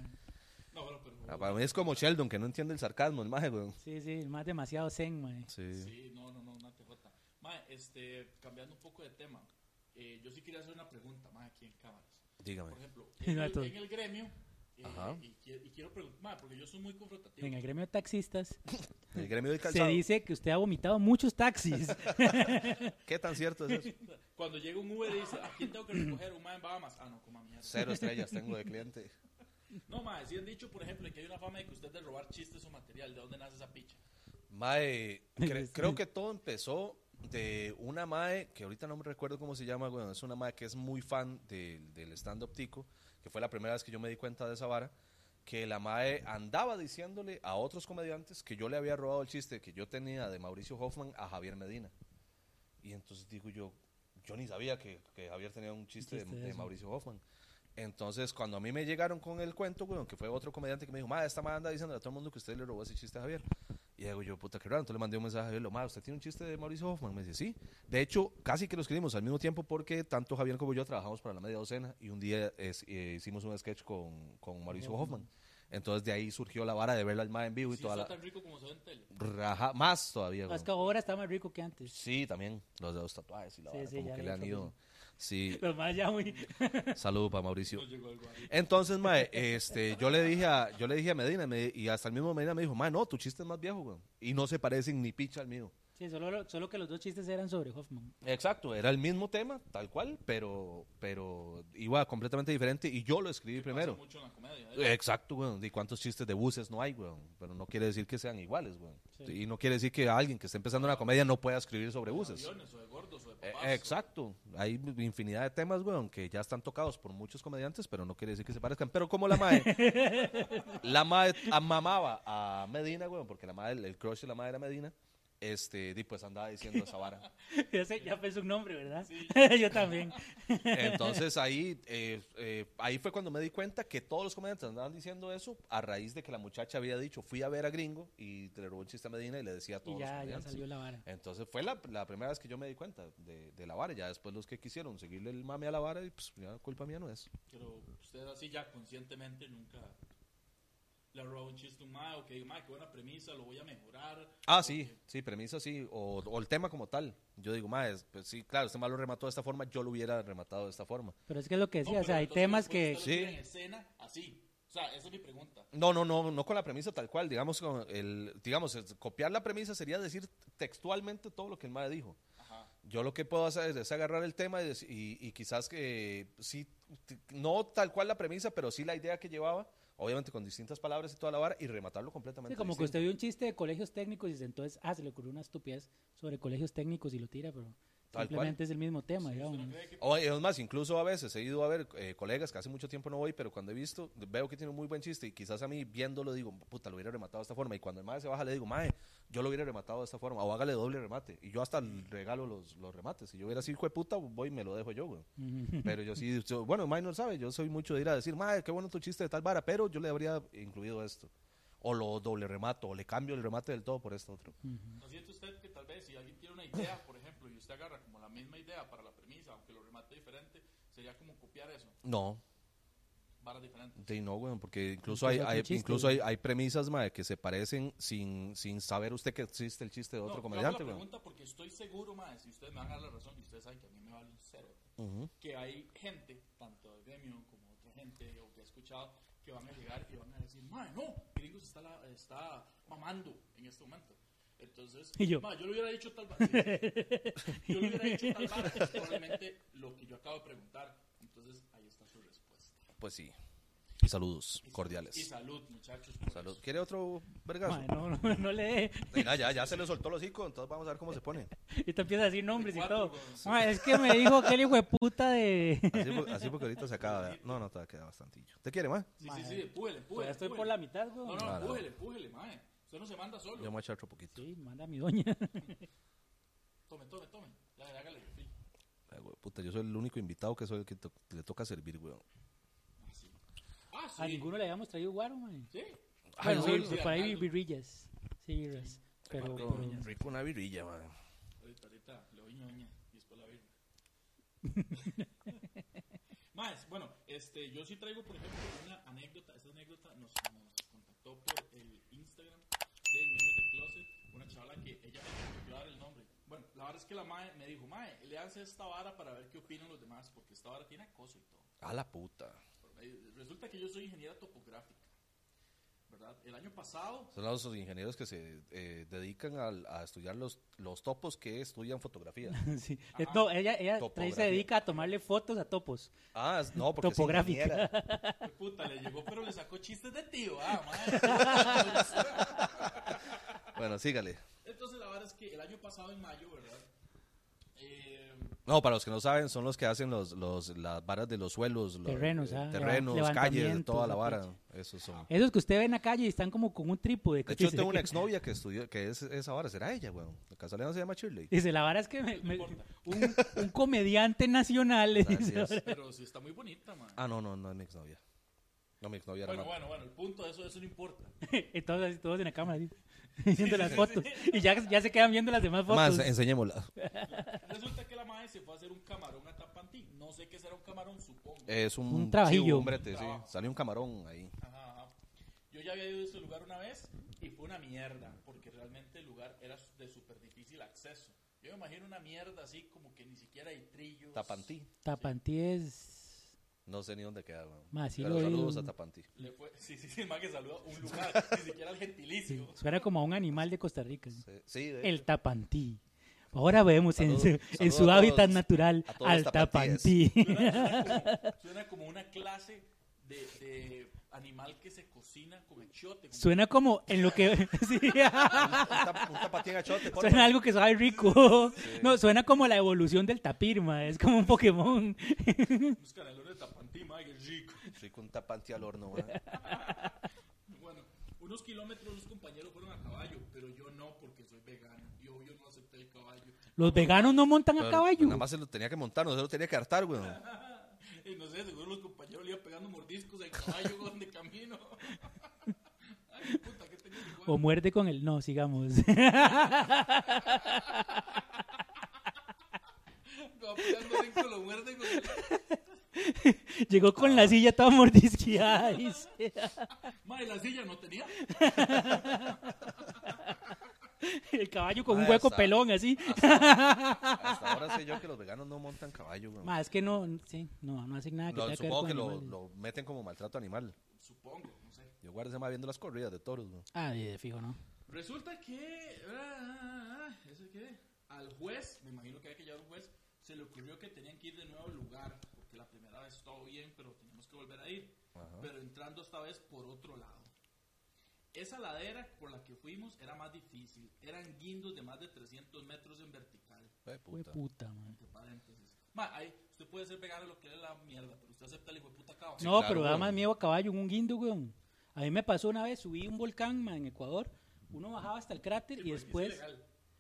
No, bueno, pero Ah, para mí es como Sheldon, que no entiende el sarcasmo, el maje, weón. Sí, sí, el más demasiado zen, mae. Sí. Sí, no, no, no, una TJ. Mae, este, cambiando un poco de tema, eh, yo sí quería hacer una pregunta, mae, aquí en cámaras. Dígame. Por ejemplo, en, No, el, todo. en el gremio, eh, Ajá. y, qui- y quiero preguntar, porque yo soy muy confrontativo. En el gremio de taxistas En el gremio de se calzado. dice que usted ha vomitado muchos taxis. ¿Qué tan cierto es eso? Cuando llega un Uber y dice, ¿a quién tengo que recoger? Un mae en Bahamas. Ah, no, coma mierda. Cero estrellas tengo de cliente. No, mae, si han dicho, por ejemplo, que hay una fama de que usted de robar chistes o material, ¿de dónde nace esa picha? Mae, cre- Sí. creo que todo empezó de una mae, que ahorita no me recuerdo cómo se llama, bueno, es una mae que es muy fan del, del stand-up tico, que fue la primera vez que yo me di cuenta de esa vara, que la mae andaba diciéndole a otros comediantes que yo le había robado el chiste que yo tenía de Mauricio Hoffman a Javier Medina. Y entonces digo yo, yo ni sabía que, que Javier tenía un chiste, chiste de, de de eso. Mauricio Hoffman. Entonces, cuando a mí me llegaron con el cuento, weón, que fue otro comediante que me dijo, ma, esta madre anda diciendo a todo el mundo que usted le robó ese chiste a Javier. Y digo yo, puta, qué raro. Entonces le mandé un mensaje a Javier, lo ma, ¿usted tiene un chiste de Mauricio Hoffman? Me dice, sí. De hecho, casi que lo escribimos al mismo tiempo porque tanto Javier como yo trabajamos para la media docena y un día es- eh, hicimos un sketch con, con Mauricio Hoffman. Entonces, de ahí surgió la vara de verla al ma en vivo y Si toda está la... tan rico como se ve en tele. Raja, más todavía. No, es weón. que ahora está más rico que antes. Sí, también. Los dedos tatuajes y la Sí, vara, sí, como ya que vi le han también. ido. Sí, Los más ya muy... saludo para Mauricio. Nos llegó el guarito. Entonces, mae, este, yo le dije a, yo le dije a Medina me- y hasta el mismo Medina me dijo, mae, no, tu chiste es más viejo, weón. Y no se parecen ni picha al mío. Sí, solo, solo que los dos chistes eran sobre Hoffman. Exacto, era el mismo tema, tal cual, pero, pero iba completamente diferente y yo lo escribí primero. Pasa mucho en la comedia. ¿eh? Exacto, weón. ¿Y cuántos chistes de buses no hay, weón? Pero no quiere decir que sean iguales, weón. Sí. Y no quiere decir que alguien que esté empezando una comedia no pueda escribir sobre buses. Aviones, o de gordos, o de Eh, papás. Exacto, hay infinidad de temas, weón, que ya están tocados por muchos comediantes, pero no quiere decir que se parezcan. Pero como la madre, la madre amamaba a Medina, weón, porque la madre, el crush de la madre era Medina, este, y pues andaba diciendo esa vara. Ya, sé- ya pensé un nombre, ¿verdad? Yo también. Entonces ahí, eh, eh, ahí fue cuando me di cuenta que todos los comediantes andaban diciendo eso a raíz de que la muchacha había dicho, fui a ver a Gringo y le robó un chiste a Medina y le decía a todos Y los ya, ya comediantes. salió la vara. Entonces fue la, la primera vez que yo me di cuenta de, de la vara. Ya después los que quisieron seguirle el mame a la vara, y pues ya culpa mía no es. Pero usted así ya conscientemente nunca le ha robado un chiste a un mae o que diga, mae, qué buena premisa, lo voy a mejorar. Ah, o sí, que- sí, premisa sí. O, o el tema como tal. Yo digo, más, pues sí, claro, este mal lo remató de esta forma, yo lo hubiera rematado de esta forma. Pero es que es lo No, que decía, o pero sea, hay entonces temas después usted que... lo Sí. tira en escena así. O sea, esa es mi pregunta. No, no, no, no con la premisa tal cual. Digamos, con el, digamos es- copiar la premisa sería decir textualmente todo lo que el mae dijo. Ajá. Yo lo que puedo hacer es agarrar el tema y, dec- y- y quizás que sí, t- no tal cual la premisa, pero sí la idea que llevaba, obviamente con distintas palabras y toda la vara, y rematarlo completamente. Sí, como que distinto. usted vio un chiste de colegios técnicos y dice, entonces, ah, se le ocurrió una estupidez sobre colegios técnicos y lo tira, pero Tal simplemente es el mismo tema, ¿Usted no digamos. cree que- O- es más, incluso a veces he ido a ver eh, colegas que hace mucho tiempo no voy, pero cuando he visto, veo que tiene un muy buen chiste y quizás a mí viéndolo digo, puta, lo hubiera rematado de esta forma. Y cuando el mae se baja le digo, mae, yo lo hubiera rematado de esta forma, o hágale doble remate. Y yo hasta regalo los, los remates. Si yo hubiera sido hijo de puta, voy y me lo dejo yo, güey. Pero yo sí, yo- bueno, mae no sabe, yo soy mucho de ir a decir, mae, qué bueno tu chiste de tal vara, pero yo le habría incluido esto. O lo doble remato, o le cambio el remate del todo por este otro. ¿No siente usted que tal vez si alguien tiene una idea, por ejemplo, y usted agarra como la misma idea para la premisa, aunque lo remate diferente, sería como copiar eso, No, varas diferentes? Sí, no, weón, porque incluso Incluso hay, otro hay- chiste, incluso güey. hay, hay premisas, mae, que se parecen sin, sin saber usted que existe el chiste de No, otro yo hago comediante, la weón. pregunta porque estoy seguro, mae, si ustedes me van a dar la razón, y ustedes saben que a mí me vale un cero, Ujú. que hay gente, tanto de gremio como otra gente, o que he escuchado, que van a llegar y van a decir, mae, no, Gringos está, la- está mamando en este momento. Entonces, Y yo. "Mae, yo le hubiera dicho tal vara. Sí, sí. yo le hubiera dicho tal vara, que es probablemente lo que yo acabo de preguntar. Entonces, ahí está su respuesta. Pues sí. Y saludos Y- Y cordiales. salud, muchachos. por Salud. eso. ¿Quiere otro vergazo? Ma, no, no, no le dé. Eh, nah, ya, ya se le soltó los hocico, entonces vamos a ver cómo se pone. Y te empieza a decir nombres y Cuatro, todo. weón. Ma, es que me dijo que el hijo de puta de... Así, fue- así porque ahorita se acaba. de- No, no, todavía queda bastantillo. ¿Te quiere, mae? Sí, sí, Mae. sí, empújele, empújele. Todavía Pues estoy empújele. por la mitad, güey. No, Ah, no, no. empújele, empújele, mae. Usted no se manda Yo solo. me voy a echar otro poquito. Sí, manda a mi doña. Tome, tome, tome. Ya, ya, hágale. sí. Ay, güey, puta, yo soy el único invitado que soy el que to- le toca servir, weón. Ah, sí. Ah, sí. A ninguno le habíamos traído guaro, man. Sí. Ay, Bueno, sí, Ah, sí, sí, pues por ahí Arnaldo. birrillas. Sí, birras. Pero, Rico- pero- Rico una virilla, mae. Ahorita, ahorita, le doy ñoña y después la virgen. Más, bueno, este, yo sí traigo, por ejemplo, una anécdota. Esta anécdota nos, nos contactó contactó por el Instagram de Memes de Closet, una chavala que ella me dio el nombre. Bueno, la verdad es que la mae me dijo, mae, le hace esta vara para ver qué opinan los demás, porque esta vara tiene acoso y todo. A la puta. Pero me- Resulta que yo soy ingeniera topográfica, ¿verdad? El año pasado, Son los ingenieros que se eh, dedican al- a, estudiar los, los topos que estudian fotografía. Sí. Eh, Ajá. No, ella, ella Topografía. se dedica a tomarle fotos a topos. Ah, es- no, porque es Topográfica. ingeniera. Qué puta, le llegó, pero le sacó chistes de tío. Ah, mae. Bueno, sígale. Entonces, la verdad es que el año pasado, en mayo, ¿verdad? Eh, No, para los que no saben, son los que hacen los, los, las varas de los suelos. los, Terrenos, eh, ah, Terrenos, calles, levantamientos, Eh, toda la la vara. Esos son. Esos que usted ve en la calle y están como con un trípode. De hecho, tengo una exnovia que estudió, que es esa vara. ¿Será ella, weón? ¿De casualidad no se llama Shirley? Dice, la vara es que me- No me- importa. un, un comediante nacional le Así dice, Ah, es. ahora. pero sí está muy bonita, man. Ah, no, no, no es mi exnovia. No, mi exnovia era bueno, Mar- bueno, bueno, el punto de eso, eso no importa. Y todos, así, todos en la cámara, así, viendo las fotos. Y ya, ya se quedan viendo las demás Más, fotos. enseñémosla. Resulta que la madre se fue a hacer un camarón a Tapantí. No sé qué será un camarón, supongo. Es un, Un trabajillo. sí, un brete, Un sí. trabajo. Salió un camarón ahí. Ajá, ajá. Yo ya había ido a ese lugar una vez y fue una mierda, porque realmente el lugar era de súper difícil acceso. Yo me imagino una mierda así, como que ni siquiera hay trillos. Tapantí. Tapantí es... No sé ni dónde queda, weón. Ma, sí Pero lo vi. saludos a Tapantí. Le fue, sí, sí, sí, más que saludó un lugar, ni siquiera el sí, gentilicio. suena como a un animal de Costa Rica. ¿sí? Sí, sí, de- El tapantí. Ahora vemos en su, Saludos- en saludos su a hábitat todos- natural a todos al los tapatíes. tapantí. Suena, suena como, suena como una clase de, de animal que se cocina con achiote. como- Suena como en lo que... sí. un tap- un tapatín achote, porfa. Suena algo que sabe rico. No, suena como la evolución del tapirma. Es como un Pokémon. Unos canelones de tapantí, mae, qué rico. Sí, con un tapantí al horno, weón. Bueno, unos kilómetros los compañeros fueron a caballo, pero yo no porque soy vegano y obvio no acepté el caballo. Los veganos no montan a Pero caballo. Nada más se lo tenía que montar, no se lo tenía que hartar, weón. Y no sé, seguro los compañeros le iban pegando mordiscos al caballo weón, de camino. Ay, puta, ¿qué tenía el O muerde con el... No, sigamos. Va pegando rico, lo muerde con el... Llegó con Ah. la silla toda mordisqueada. dice. Mae, la silla no tenía. El caballo con un Ah, hueco está. pelón así. Hasta ahora sé yo que los veganos no montan caballo, weón. Ma, es que no, sí, no, no hacen nada que Lo- tenga que ver supongo con que lo, animales. lo meten como maltrato animal. Supongo, no sé. Yo guardé más viendo las corridas de toros, weón. Ah, de, de fijo, ¿no? Resulta que. ah, ah, ah, ¿Eso qué? Al juez, me imagino que hay que llevar un juez, se le ocurrió que tenían que ir de nuevo al lugar, porque la primera vez todo bien, pero tenemos que volver a ir. Ajá. Pero entrando esta vez por otro lado. Esa ladera por la que fuimos era más difícil. Eran guindos de más de 300 metros en vertical. Eh, Fue puta. puta, man. Entre paréntesis. Ma, ahí, usted puede ser vegano lo que es la mierda, pero usted acepta el hijo de puta cabrón. no, claro, pero da weón. más miedo a caballo en un guindo, weón. A mí me pasó una vez, subí un volcán, man, en Ecuador. Uno bajaba hasta el cráter y después...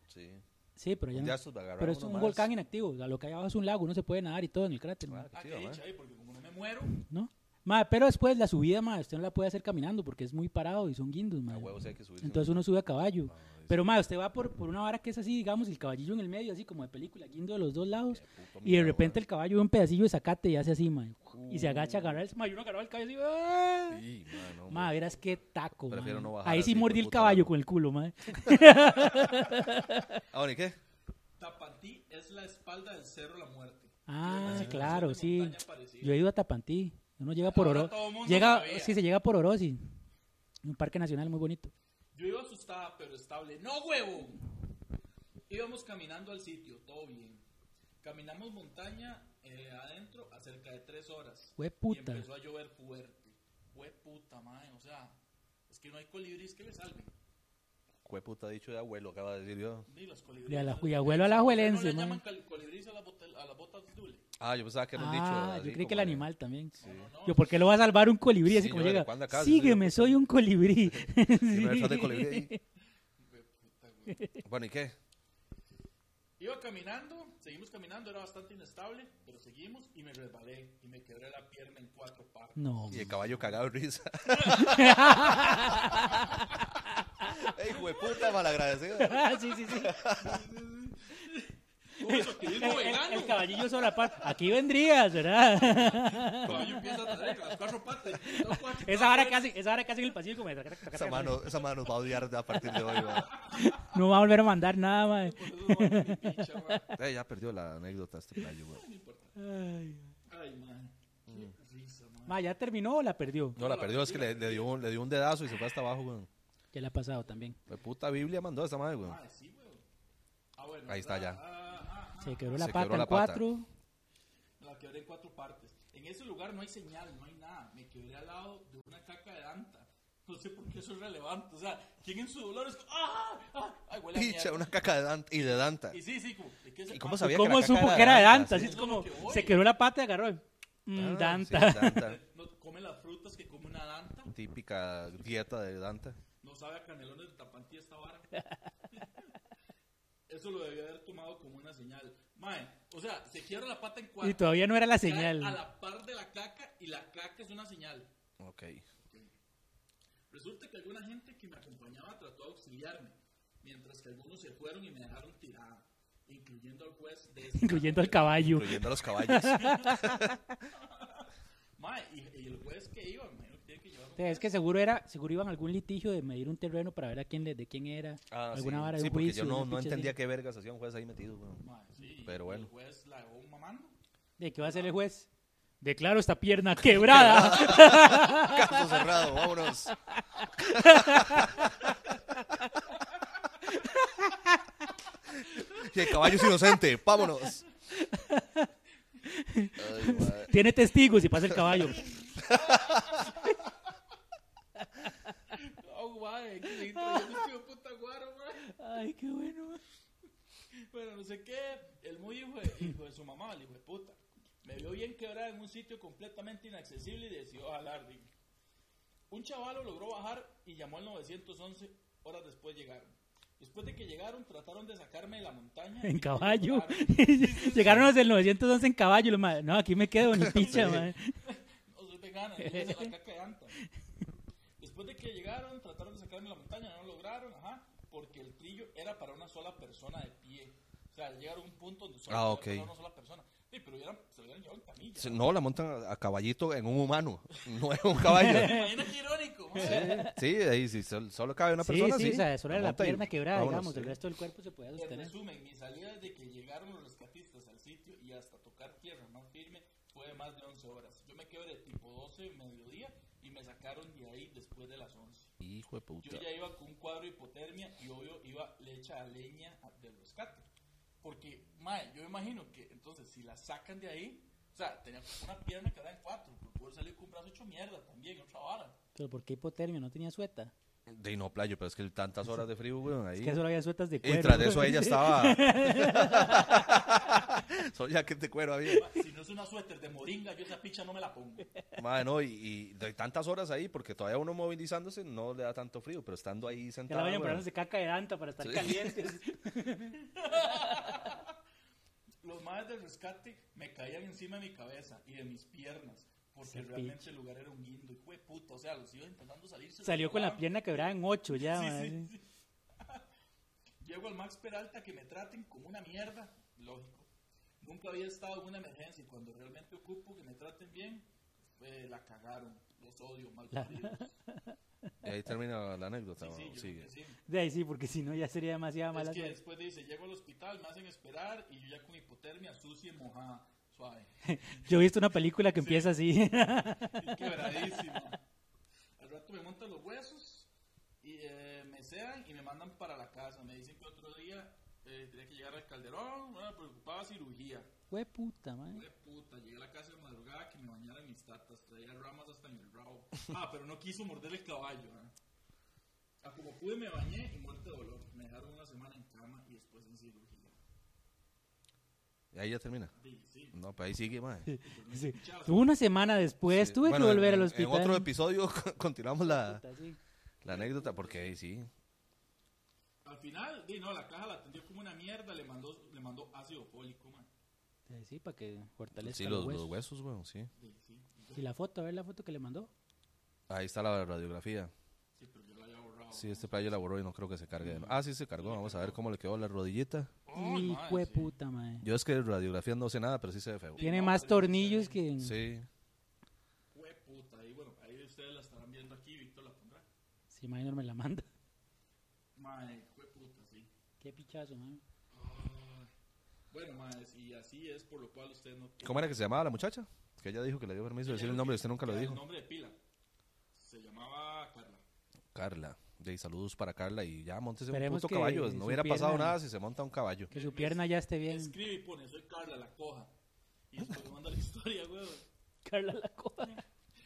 Sí. Sí, pero ya Un no. día estos agarraron Pero es uno un más. volcán inactivo. o sea, lo que hay abajo es un lago, no se puede nadar y todo en el cráter, ma, Ah, Ah, qué qué chido, dicha, mae. eh, porque como no me muero, ¿no? Ma, pero después la subida, ma, usted no la puede hacer caminando porque es muy parado y son guindos, ma. A huevos hay que subirse. Entonces uno sube a caballo. Pues, Ah, es- Pero, ma, usted va por, por una vara que es así, digamos, el caballillo en el medio, así como de película, guindo de los dos lados. Qué puto Y de miedo, repente el caballo ve un pedacillo de zacate y hace así, ma. Y se Uh. agacha a agarrar el... Ma, y uno agarraba el caballo así... ¡ah! weón. Sí, mae, no, Ma, hombre. verás qué taco, ma. Prefiero no bajar Ahí sí así, hijo mordí de el puta, caballo ma. con el culo, ma. Ahora, Ah, ¿y qué? Tapantí es la espalda del Cerro La Muerte. Ah, Así que claro, es una sí. montaña parecida. Yo he ido a Tapantí. Uno llega por Ahora Oro. todo mundo Llega, sabía. sí, se llega por Orosi. Un parque nacional muy bonito. Yo iba asustada, pero estable. ¡No, huevo! Íbamos caminando al sitio, todo bien. Caminamos montaña eh, adentro a cerca de tres horas. Hue puta. Y empezó a llover fuerte. Hue puta, madre. O sea, es que no hay colibríes que le salven. Cueputa dicho de abuelo, acaba de decir yo. Ni los colibríes. Y a la- no- y abuelo a la ¿Por qué juelense, No le mae? llaman col- colibríes a, la botel- a las botas de hule? Ah, yo pensaba que era un dicho. así Ah, yo creí como que el de- animal también. No, no, no. Yo, ¿por qué lo va a salvar un colibrí? Así Sí, como yo, ¿de llega. cuándo acabas de decir Sígueme, soy un colibrí. Sí, Sí. me dejaste colibrí ahí. Hue puta, güey. Bueno, ¿y qué? Iba caminando, seguimos caminando, era bastante inestable, pero seguimos y me resbalé y me quebré la pierna en cuatro partes. No. Y el caballo cagado de risa. ¡Ey, hueputa malagradecido! Ah, sí, sí, sí. Uy, activismo El, vegano. el caballillo solapar. Aquí vendrías, ¿verdad? Caballo empieza a traer las cuatro patas. las cuatro Esa patas. hora casi, esa hora casi en el pasillo como... Esa mano, esa mano nos va a odiar a partir de hoy. ma. No va a volver a mandar nada, mae. Por eso no vale ni picha, man. Eh, ya perdió la anécdota este playo, güey. Ay, Ay, man. Mm. Qué risa, man. mae, ¿ya terminó o la perdió? No, la perdió, es que le, le dio, un- le dio un dedazo y se fue hasta abajo, güey. Ya la ha pasado también. La puta Biblia mandó a esa madre, güey. Ah, sí, weón. Ah, bueno. Ahí está ya. Ah, ah, Se quebró la Se pata quebró en la pata. cuatro. La quebré en cuatro partes. En ese lugar no hay señal, no hay nada. Me quebré al lado de una caca de anta. No sé por qué eso es relevante. O sea, ¿quién en su dolor es como, ¡Ah! ¡Ah! ¡Ay, huele a Picha, mierda! una caca de Danta y de Danta. Y sí, sí, como, ¿de qué se ¿Y cómo pasa? sabía ¿Cómo que la caca supo que era de Danta? Así sí? es Eso es como, lo que voy. se quebró la pata y agarró. el- Mm, Ah, Danta. sí, Danta. No come las frutas que come una danta. Típica dieta de Danta. No sabe a canelones de tapantí esta vara. Eso lo debió haber tomado como una señal. Mae, o sea, se quiebra la pata en cuatro. y todavía no era la cae señal. A la par de la caca y la caca es una señal. Ok. Resulta que alguna gente que me acompañaba trató de auxiliarme, mientras que algunos se fueron y me dejaron tirada, incluyendo al juez de esta- Incluyendo al caballo. Incluyendo a los caballos. Mae, y, y el juez que iba, me imagino que tiene que llevar un Sí, Es que seguro era, seguro iban a algún litigio de medir un terreno para ver a quién le, de quién era, Ah, alguna vara de sí, un porque juicio. yo no, una no picha entendía así. qué vergas hacía un juez ahí metido, güey. Mae, sí, y Pero bueno. El juez la dejó mamando. ¿De qué va a hacer el juez? Declaro esta pierna quebrada. Caso cerrado, vámonos. y el caballo es inocente, vámonos. Ay, madre. Tiene testigos y pasa el caballo. Oh, mae, que le trayendo un tío de puta guaro, mae. Ay, qué bueno. Bueno, no sé qué. El muy hijo de, hijo de su mamá, el hijo de puta. Me vio bien quebrada en un sitio completamente inaccesible y decidió jalar. digo. Un chaval lo logró bajar y llamó al 911. Horas después llegaron. Después de que llegaron, trataron de sacarme de la montaña. y En me caballo. llevaron. Llegaron los del 911 en caballo. y los ma- No, aquí me quedo, ni picha, mae. No soy vegana, ni es la caca de anta. Después de que llegaron, trataron de sacarme la montaña, no lo lograron, ajá, porque el trillo era para una sola persona de pie. O sea, llegaron a un punto donde solo Ah, podía ok. pasar una sola persona. Sí, pero hubieran- se lo hubieran llevado en camilla. Sí, No, la montan a- a caballito en un humano, no en un caballo. Imagina qué irónico. ¿no? Sí, ahí sí, sol- solo cabe una Sí, persona. sí, o sea, solo era la monta y pierna quebrada, vámonos, digamos. sí. El resto del cuerpo se podía En sostener. resumen, mi salida desde que llegaron los rescatistas al sitio y hasta tocar tierra más firme fue de más de 11 horas. Yo me quebré tipo 12 de mediodía y me sacaron de ahí después de las 11. Hijo de puta. Yo ya iba con un cuadro de hipotermia y obvio iba lecha a leña a- del rescate. Porque, mae, yo imagino que entonces si la sacan de ahí, o sea, tenía una pierna que era en cuatro, pero pudo salir con un brazo hecho mierda también, otra vara. Pero ¿por qué hipotermia? No tenía sueta. De no playo, pero es que tantas horas de frío, güey, ahí. Es que solo había suetas de cuero. Y tras de eso ella estaba. Solo ya que te cuero había. Ma, Si no es una suéter de moringa, yo esa picha no me la pongo. Madre, no, y, y de tantas horas ahí, porque todavía uno movilizándose no le da tanto frío, pero estando ahí Ya la sentado. vayan güey, poniéndose caca de danta para estar Sí. calientes. Los maes del rescate me caían encima de mi cabeza y de mis piernas, porque Ese realmente picha. el lugar era un guindo, hijo de puta. O sea, los iba intentando salir. se los Salió con la lograban. pierna quebrada en ocho ya, Sí, mae. sí, sí. Llego al Max Peralta que me traten como una mierda, lógico. Nunca había estado en una emergencia y cuando realmente ocupo que me traten bien, eh, la cagaron. Los odio, mal paridos. Y ahí termina la anécdota. Sí, sí, güey, yo sigue. creo que sí. De ahí sí, porque si no ya sería demasiada Es mala que suerte. después dice, llego al hospital, me hacen esperar y yo ya con hipotermia, sucia y mojada, suave. Yo he visto una película que empieza así. Y quebradísima. Al rato me montan los huesos y eh, me sedan y me mandan para la casa. Me dicen que otro día eh, tenía que llegar al Calderón, bueno, preocupaba cirugía. Hue puta, mae. Hue puta, llegué a la casa de madrugada que me bañaran mis tatas, traía ramas hasta en el rabo. Ah, pero no quiso morder el caballo. ¿eh? Ah, como pude me bañé y muerte de dolor. Me dejaron una semana en cama y después en cirugía. Y ahí ya termina. Sí, sí. No, pues ahí sigue, madre. Sí. Una semana después tuve Bueno, que volver en- al hospital. En otro episodio continuamos la, Puta, sí. la anécdota, porque ahí sí. Al final, di, no, la caja la atendió como una mierda, le mandó, le mandó ácido fólico, man. Eh, Sí, para que fortalezca Sí, los, los, los huesos. huesos, güey, sí. Sí, sí. Y la foto, a ver la foto que le mandó. Ahí está la radiografía. Sí, pero yo la había borrado. Sí, este playo la borró y no creo que se cargue. de- Ah, sí, se cargó. Vamos a ver cómo le quedó la rodillita. Ay, y mae, fue sí. puta, mae. Yo es que radiografía no sé nada, pero sí se ve feo. Tiene más tornillos que. Sí. Sí. Fue puta. Ahí, bueno, ahí ustedes la estarán viendo aquí. Víctor la pondrá. Si Minor me la manda. Mae, fue puta, sí. Qué pichazo, mae. Ay. Bueno, mae, y así es por lo cual usted no. ¿Cómo era que se llamaba la muchacha? Que ella dijo que le dio permiso de decir el nombre y usted nunca lo El dijo. nombre de pila. Se llamaba Carla. Carla. De saludos para Carla y ya montese un Esperemos puto que caballo. No su hubiera pasado pierna- nada si se monta un caballo. Que su pierna ya esté bien. Escribe y pone, soy Carla, la coja. Y después me manda la historia, weón. Carla la coja.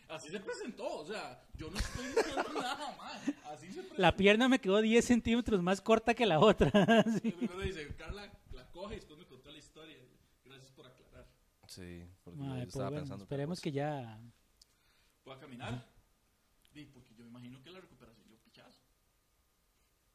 Así se presentó, o sea, yo no estoy diciendo nada, mae. Así se presentó. La pierna me quedó 10 centímetros más corta que la otra. sí. Primero dice, Carla, la coja y después me contó la historia. Gracias por aclarar. Sí, porque Mae, yo pues, estaba bueno, pensando. otra esperemos cosa. que ya. ¿Voy a caminar? Sí, porque yo me imagino que la recuperación yo pichazo.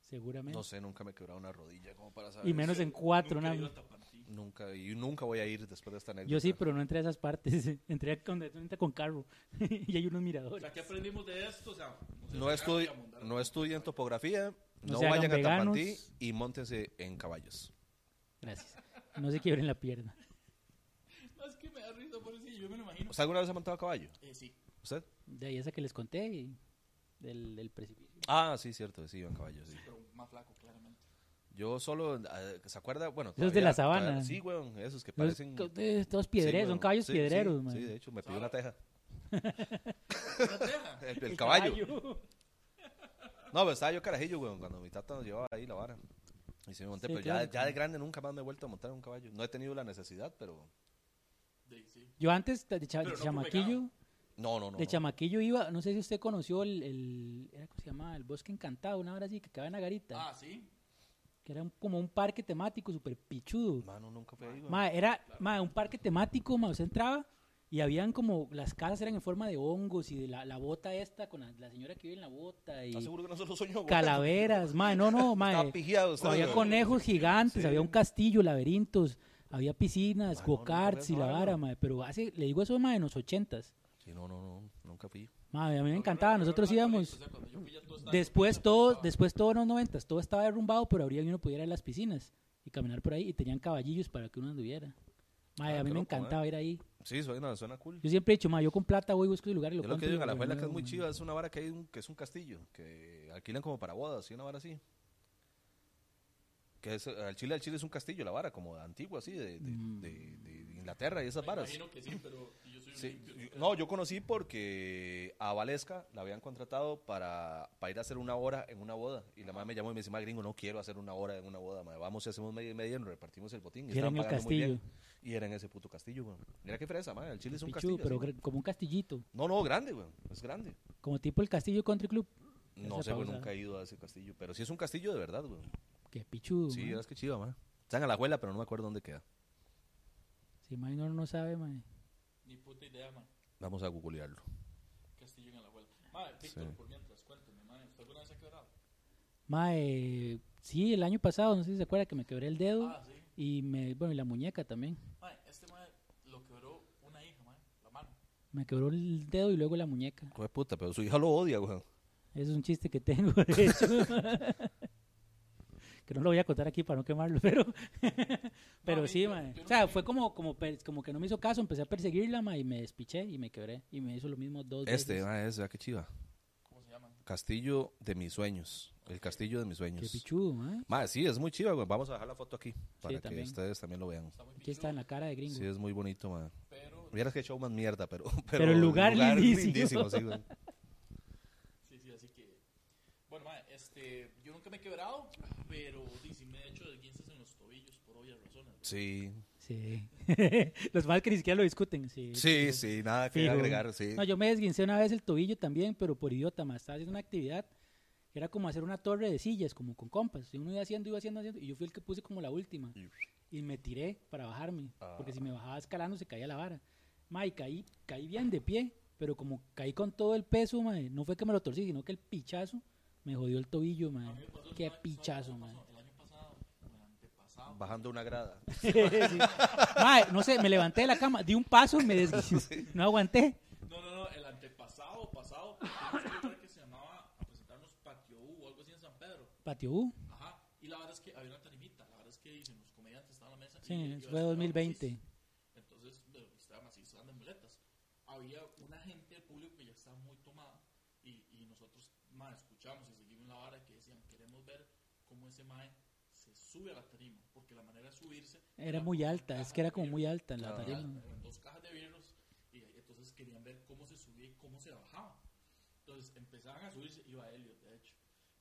Seguramente. No sé, nunca me he quebrado una rodilla como para saber. y menos en cuatro, Nunca he nada. ido a Tapantí. Nunca, y nunca voy a ir después de esta anécdota. Yo sí, pero no entré a esas partes. Entré a donde tú entras con carro. y hay unos O miradores. sea, ¿qué aprendimos de esto? O sea, se No, hagan estudi- camundar. no estudien topografía, No no, se hagan vayan a veganos. Tapantí y montense en caballos. Gracias. No se quiebren la pierna. No, es que me da risa por eso, yo me lo imagino. ¿Usted alguna vez ha montado a caballo? Eh, sí. ¿Usted? De ahí esa que les conté y del, del precipicio. Ah, sí, cierto, sí, iba en caballo, sí. Sí, pero más flaco, claramente. Yo solo, eh, ¿se acuerda? Bueno, Esos de la sabana. todavía- sí, weón, esos que Los, parecen... ca- eh, todos sí, piedreros, son weón, caballos sí, piedreros, sí, man. sí, de hecho, me pidió una teja. Una teja. El, el caballo. No, pero estaba yo carajillo, weón, cuando mi tata nos llevaba ahí la vara. Y se me monté, Sí, pero claro. ya, ya de grande nunca más me he vuelto a montar en un caballo. No he tenido la necesidad, pero... Sí, sí. Yo antes de, cha- Pero no por chamaquillo, No, no, no. de no. chamaquillo iba, no sé si usted conoció el, el era ¿cómo se llamaba? El Bosque Encantado, una hora así que quedaba en Nagarita, Ah, sí. que era un- como un parque temático súper pichudo. Mano, nunca fue ahí, weón. Ma, era ma, un parque temático, ma, usted entraba y habían como, las casas eran en forma de hongos y de la, la bota esta con la, la señora que vive en la bota y ¿Estás seguro que no solo soy yo, weón? calaveras, ma, no, no, ma, Estaba eh, pijado, usted, había weón. conejos gigantes, Sí. había un castillo, laberintos, había piscinas, Ma, no, go-karts y nunca la vi esa vara, vara. ma, pero hace, le digo eso, ma, en los ochentas. Sí, no, no, no, nunca fui. Ma, a mí me encantaba, nosotros íbamos... Después todos todos, después todos los noventas, todo estaba derrumbado, pero habría que uno pudiera ir a las piscinas y caminar por ahí y tenían caballillos para que uno anduviera. Mae, Ah, a mí qué me loco, encantaba ir ahí. Sí, suena, suena cool. Yo siempre he dicho, mae, yo con plata voy, busco el lugar y lo Yo lo que compro y digo en lo Alajuela que es muy renuevo, mae. chiva, es una vara que, hay un, que es un castillo, que alquilan como para bodas, y una vara así. Que es, al Chile, al Chile es un castillo, la vara, como antigua, así, de, de- Mm. de- de- de Inglaterra y esas varas. Imagino que sí, pero yo soy un Sí, limpio. yo- no, yo conocí porque a Valesca la habían contratado para, para ir a hacer una hora en una boda. Y la mamá me llamó y me dice, "Ma, gringo, no quiero hacer una hora en una boda, ma. vamos y hacemos media y media y nos repartimos el botín. Y era estaban en el pagando muy bien. castillo. Y era en ese puto castillo, weón. Mira qué fresa, ma, el Chile es un Pichudo, castillo. pero así. gr- como un castillito, No, no, grande, weón, es grande. como tipo el castillo country club. No Esa sé, güey, pausa. nunca he ido a ese castillo. Pero sí es un castillo de verdad, güey. Que pichudo. Sí, mae. verás que chiva, man. Está en Alajuela, pero no me acuerdo dónde queda. Si mae no, no sabe, mae. Ni puta idea, man. Vamos a googlearlo. Castillo en Alajuela. Madre, Víctor, por mientras, cuénteme, madre. ¿Usted alguna vez se ha quebrado? Mae, sí, el año pasado, no sé si se acuerda que me quebré el dedo Ah, sí. y me, bueno, y la muñeca también. Madre, este madre lo quebró una hija, madre. La mano. Me quebró el dedo y luego la muñeca. Hijo de puta, pero su hija lo odia, güey. Eso es un chiste que tengo, de hecho. que no lo voy a contar aquí para no quemarlo, pero, pero No, sí, yo- mae. yo no O sea, tengo- fue como, como, per- como que no me hizo caso, empecé a perseguirla, mae, y me despiché y me quebré. Y me hizo lo mismo dos Este, veces. ah, es, vea qué chiva. ¿Cómo se llama? Castillo de mis sueños. El castillo de mis Qué sueños. pichudo, mae. Ma, sí, es muy chiva, güey. Vamos a dejar la foto aquí para que también. ustedes también lo vean. Está muy Aquí está en la cara de gringo. Sí, es muy bonito, man. Pero, Vieras que show más mierda, pero. Pero, Pero el lugar lindísimo. sí, güey. sí, sí, así que. Bueno, madre, este. Yo nunca me he quebrado, pero sí, sí me he hecho esguinces en los tobillos por obvias razones. ¿verdad? Sí. Sí. Los más que ni siquiera lo discuten, sí. Sí, sí, nada que Fijo. agregar, sí. No, yo me desguincé una vez el tobillo también, pero por idiota, más estaba haciendo una actividad que era como hacer una torre de sillas, como con compas. Y uno iba haciendo, iba haciendo, haciendo, y yo fui el que puse como la última. Y- Y me tiré para bajarme, porque si me bajaba escalando se caía la vara. Ma, y caí, caí bien de pie, pero como caí con todo el peso, ma, no fue que me lo torcí, sino que el pichazo me jodió el tobillo, ma. Qué pichazo, ma. El año pasado, o el antepasado. Bajando una grada. Sí. Ma, no sé, me levanté de la cama, di un paso, me desguicé, no aguanté. No, no, no, el antepasado, pasado, en un lugar que se llamaba a presentarnos Patio U o algo así en San Pedro. Patio U. Ajá. Y la verdad es que había una tarimita, la verdad es que se nos come Sí, yo fue estaba 2020. macizo. Entonces, de- estaba macizo dando en muletas. Había una gente del público que ya estaba muy tomada y, y nosotros, más escuchamos y seguimos la vara que decían, queremos ver cómo ese mae se sube a la tarima, porque la manera de subirse... Era muy con alta, es cajas que era de como muy birros, alta la Claro. tarima. eran dos cajas de birros y ahí entonces querían ver cómo se subía y cómo se bajaba. Entonces empezaban a subirse, iba Elliot, de hecho.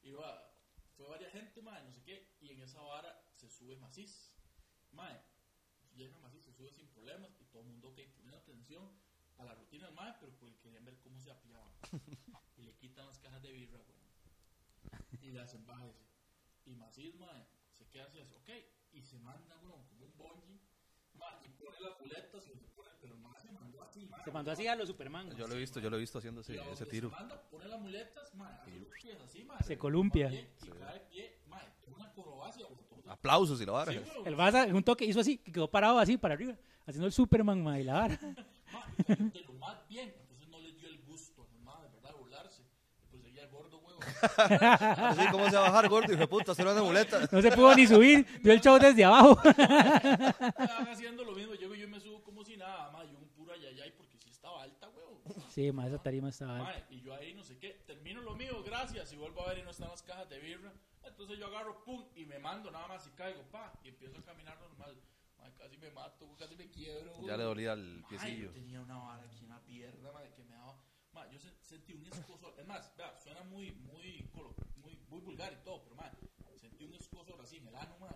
Iba, fue varias gente, madre, no sé qué, y en esa vara se sube maciz. Madre, llega maciz, se sube sin problemas, y todo el mundo que poniendo atención a la rutina del madre, pero porque querían ver cómo se apiaba. y le quitan las cajas de birra, güey. Y las embájese. Y maciz, madre, se queda así, así, ok, y se manda uno como un bungee. Madre, y pone las muletas, y se pone, pero madre se mandó así, madre. Se mandó así a los Superman. Yo lo he visto, yo lo he visto haciendo ese, Y a donde ese se tiro. manda, pone las muletas, mae, hace los pies así, mae, Se columpia. pone el pie Y cae el pie, mae, es una acrobacia, güey, todo. Aplausos y la vara. Sí, güey, El Baza en un toque hizo así, que quedó parado así para arriba, haciendo el Superman, ma, y la vara. mae, de lo más bien, entonces no le dio el gusto a los maes, ¿verdad? Burlarse. Y Pues seguía gordo, güey. Así como se va a bajar, gordo, y de puta, se lo anda muleta. No se pudo ni subir, dio el show desde abajo. Estaban haciendo lo mismo. Llego y yo me subo como si nada, mae, yo un puro ayayay porque sí estaba alta, güey. Sí, ma, esa tarima estaba alta. Mae, y yo ahí no sé qué, termino lo mío, gracias, y vuelvo a ver y no están las cajas de birra. Entonces yo agarro, pum, y me mando nada más y caigo, pa, y empiezo a caminar normal. Mae, casi me mato, güey, casi me quiebro. Ya güey. le dolía el Mae, piecillo. yo tenía una vara aquí en la pierna, mae, que me daba. mae, yo se- sentí un escozor. Es más, vea, suena muy, muy, colo- muy, muy vulgar y todo, pero mae, sentí un escozor así en el ano, mae.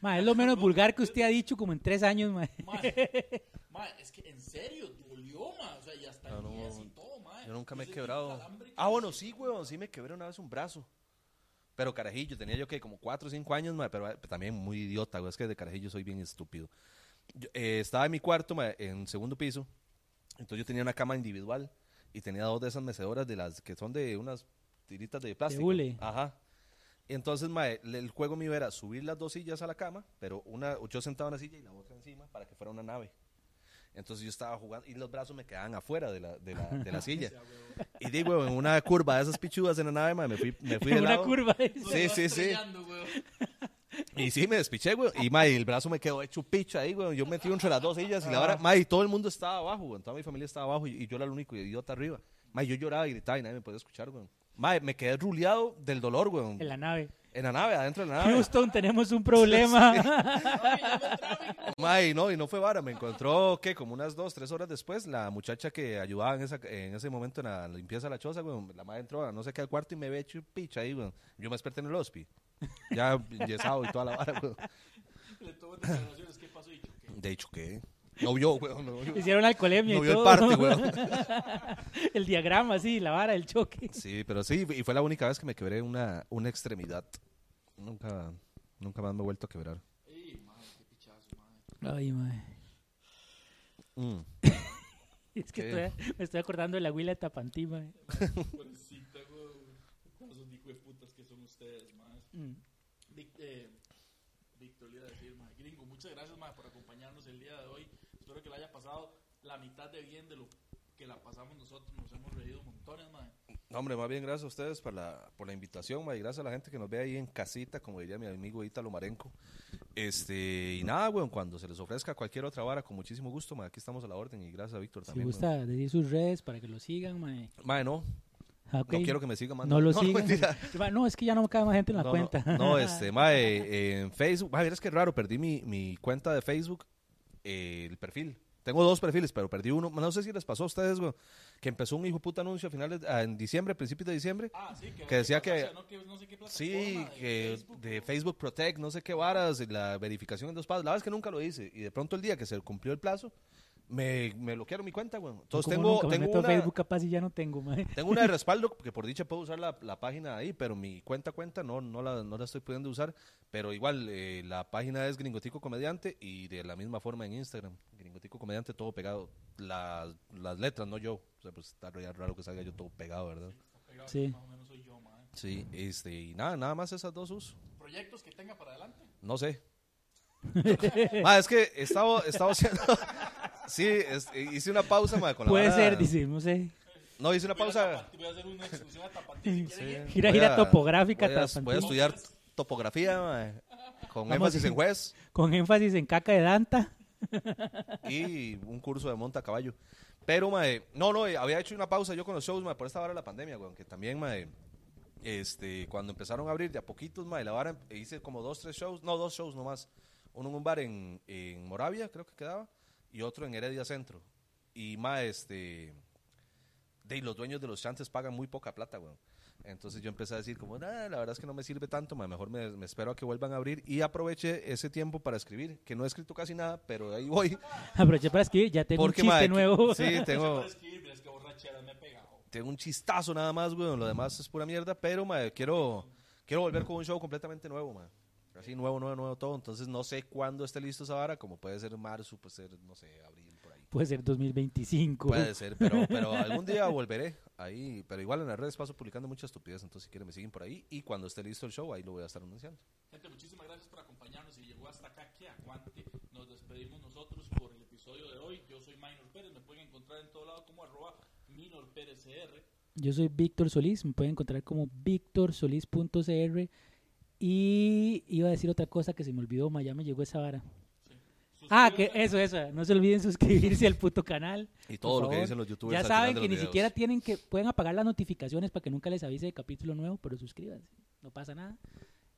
Ma, es lo menos vulgar que usted ha dicho como en tres años, ma. Mae, mae, es que en serio, dolió, mae. O sea, y hasta Ah, no, el 10 y todo, mae. Yo nunca me he Yo sentí un quebrado. calambre que Ah, me bueno, hizo- sí, weón, sí me quebré una vez un brazo. Pero carajillo, tenía yo que como 4 o 5 años, mae, pero eh, también muy idiota, güey, es que de carajillo soy bien estúpido. Yo, eh, estaba en mi cuarto, mae, en segundo piso, entonces yo tenía una cama individual y tenía dos de esas mecedoras de las que son de unas tiritas de plástico. hule. Ajá. Entonces, mae, le- el juego mío era subir las dos sillas a la cama, pero una, yo sentado en la silla y la otra encima para que fuera una nave. Entonces yo estaba jugando y los brazos me quedaban afuera de la, de la, de la silla. Y digo, en una curva de esas pichudas en la nave, mae, me fui, me fui de una lado. curva. No, Sí, sí, estaba sí. estrellando, güey. Y sí, me despiché, güey. Y mae, el brazo me quedó hecho picha ahí, güey. Yo metí entre las dos sillas y la vara, mae, y todo el mundo estaba abajo, güey. Toda mi familia estaba abajo y, y yo era el único idiota arriba. Mae, yo lloraba y gritaba y nadie me podía escuchar, güey. Mae, me quedé ruleado del dolor, güey. En la nave. En la nave, adentro de la nave. Houston, tenemos un problema. Ay, dame el tráfico. Mae, no, y no fue vara. Me encontró, ¿qué? Como unas dos, tres horas después, la muchacha que ayudaba en, esa, en ese momento en la limpieza de la choza, güey. La madre entró a no sé qué al cuarto y me ve hecho picha ahí, güey. Yo me desperté en el hospi. Ya yesado y toda la vara, güey. Le tomo declaraciones, ¿qué pasó? Y yo, ¿qué? De hecho, ¿qué? No vio, güey. No vio, Hicieron alcoholemia no y vio todo. el parte, güey. El diagrama, sí, la vara, el choque. Sí, pero sí, y fue la única vez que me quebré una, una extremidad. Nunca, nunca más me he vuelto a quebrar. Ey, madre, qué pichazo, madre. Ay, ma. Mm. Es que ¿Qué? estoy- me estoy acordando de la huila de Tapantí, ma. Pobrecita, güey. Con esos hijos de putas que son ustedes, madre. Mm. Vic- eh, Víctor, le iba a decir, madre. Gringo, muchas gracias, madre, por acompañarnos el día de hoy. Espero que lo haya pasado la mitad de bien de lo que la pasamos nosotros. Nos hemos reído montones, madre. No, hombre, más bien gracias a ustedes por la, por la invitación, ma, y gracias a la gente que nos ve ahí en casita, como diría mi amigo Ítalo Marenco. Este, y nada, weón, cuando se les ofrezca cualquier otra vara, con muchísimo gusto, ma, aquí estamos a la orden, y gracias a Víctor Si también. gusta decir sus redes para que lo sigan, ma. weón. Ma, no, Ah, ok. no quiero que me sigan No lo sigan. sigan. Ma, no, es que ya no me cae más gente en la no, cuenta. No, este, mae, eh, en Facebook. Mae, es que raro, perdí mi, mi cuenta de Facebook, eh, el perfil. Tengo dos perfiles, pero perdí uno. No sé si les pasó a ustedes, güey, que empezó un hijo puta anuncio a finales, ah, en diciembre, principios de diciembre. Ah, sí, que, Que decía que- pasa, ¿no? no sé qué Sí, plataforma, de que Facebook, de o- Facebook Protect, no sé qué varas, y la verificación en dos pasos. La verdad es que nunca lo hice. Y de pronto el día que se cumplió el plazo, me, me bloquearon mi cuenta, güey. Entonces Como tengo, nunca me tengo meto a una- Facebook capaz y ya no tengo, ma. tengo una de respaldo, porque por dicha puedo usar la, la página ahí, pero mi cuenta cuenta no, no, la, no la estoy pudiendo usar. Pero igual, eh, la página es Gringotico Comediante y de la misma forma en Instagram. Gringotico Comediante todo pegado. Las, las letras, no yo. O sea, pues está re- raro que salga yo todo pegado, ¿verdad? Pegado, Sí. Más o menos soy yo, madre. Sí, este, y nada, nada más esas dos uso. Proyectos que tenga para adelante. No sé. Ma, es que estaba, estaba haciendo... Sí, es- hice una pausa, ma, con la Puede vara- ser, dice, no sé. No, hice una Voy a pausa... Tapatí, Voy a hacer una exclusiva a Tapatí si quieren ir. Gira, Voy gira a- topográfica, voy a, voy a Tapantí. estudiar topografía, mae. Con Vamos, énfasis sí. en juez Con énfasis en caca de Danta. y un curso de monta a caballo. Pero, mae, no, no, eh, había hecho una pausa yo con los shows, mae, por esta vara de la pandemia, güey, aunque también, mae, este, cuando empezaron a abrir de a poquitos, mae, la vara, eh, hice como dos, tres shows, no, dos shows nomás. Uno en un bar en, en Moravia, creo que quedaba, y otro en Heredia Centro. Y, mae, este, de, los dueños de los chantes pagan muy poca plata, güey. Entonces yo empecé a decir como, "Nah, la verdad es que no me sirve tanto, mae, mejor me, me espero a que vuelvan a abrir y aproveché ese tiempo para escribir, que no he escrito casi nada, pero ahí voy. Aproveché para escribir, ya tengo Porque, un chiste mae, que- nuevo. Sí, tengo, Para escribir, pero es que borrachera me he pegado. tengo un chistazo nada más, weón. Lo demás es pura mierda, pero mae, quiero, quiero volver con un show completamente nuevo, mae. Así, nuevo, nuevo, nuevo, todo. Entonces no sé cuándo esté listo esa vara, como puede ser marzo, puede ser, no sé, abril, por ahí. Puede ser 2025. Puede ser, pero, pero algún día volveré ahí. Pero igual en las redes paso publicando mucha estupidez, entonces si quieren me siguen por ahí. Y cuando esté listo el show, ahí lo voy a estar anunciando. Gente, muchísimas gracias por acompañarnos. Si llegó hasta acá, que aguante. Nos despedimos nosotros por el episodio de hoy. Yo soy Minor Pérez. Me pueden encontrar en todo lado como arroba Minor Pérez CR. Yo soy Víctor Solís, me pueden encontrar como victorsolís.cr y iba a decir otra cosa que se me olvidó, ma, ya me llegó esa vara. Ah, que Suscríbanse. eso, eso, no se olviden suscribirse al puto canal. Y por todo lo que favor. dicen los youtubers. Ya al saben final de que los ni videos. siquiera tienen que pueden apagar las notificaciones para que nunca les avise de capítulo nuevo, pero suscríbanse, no pasa nada.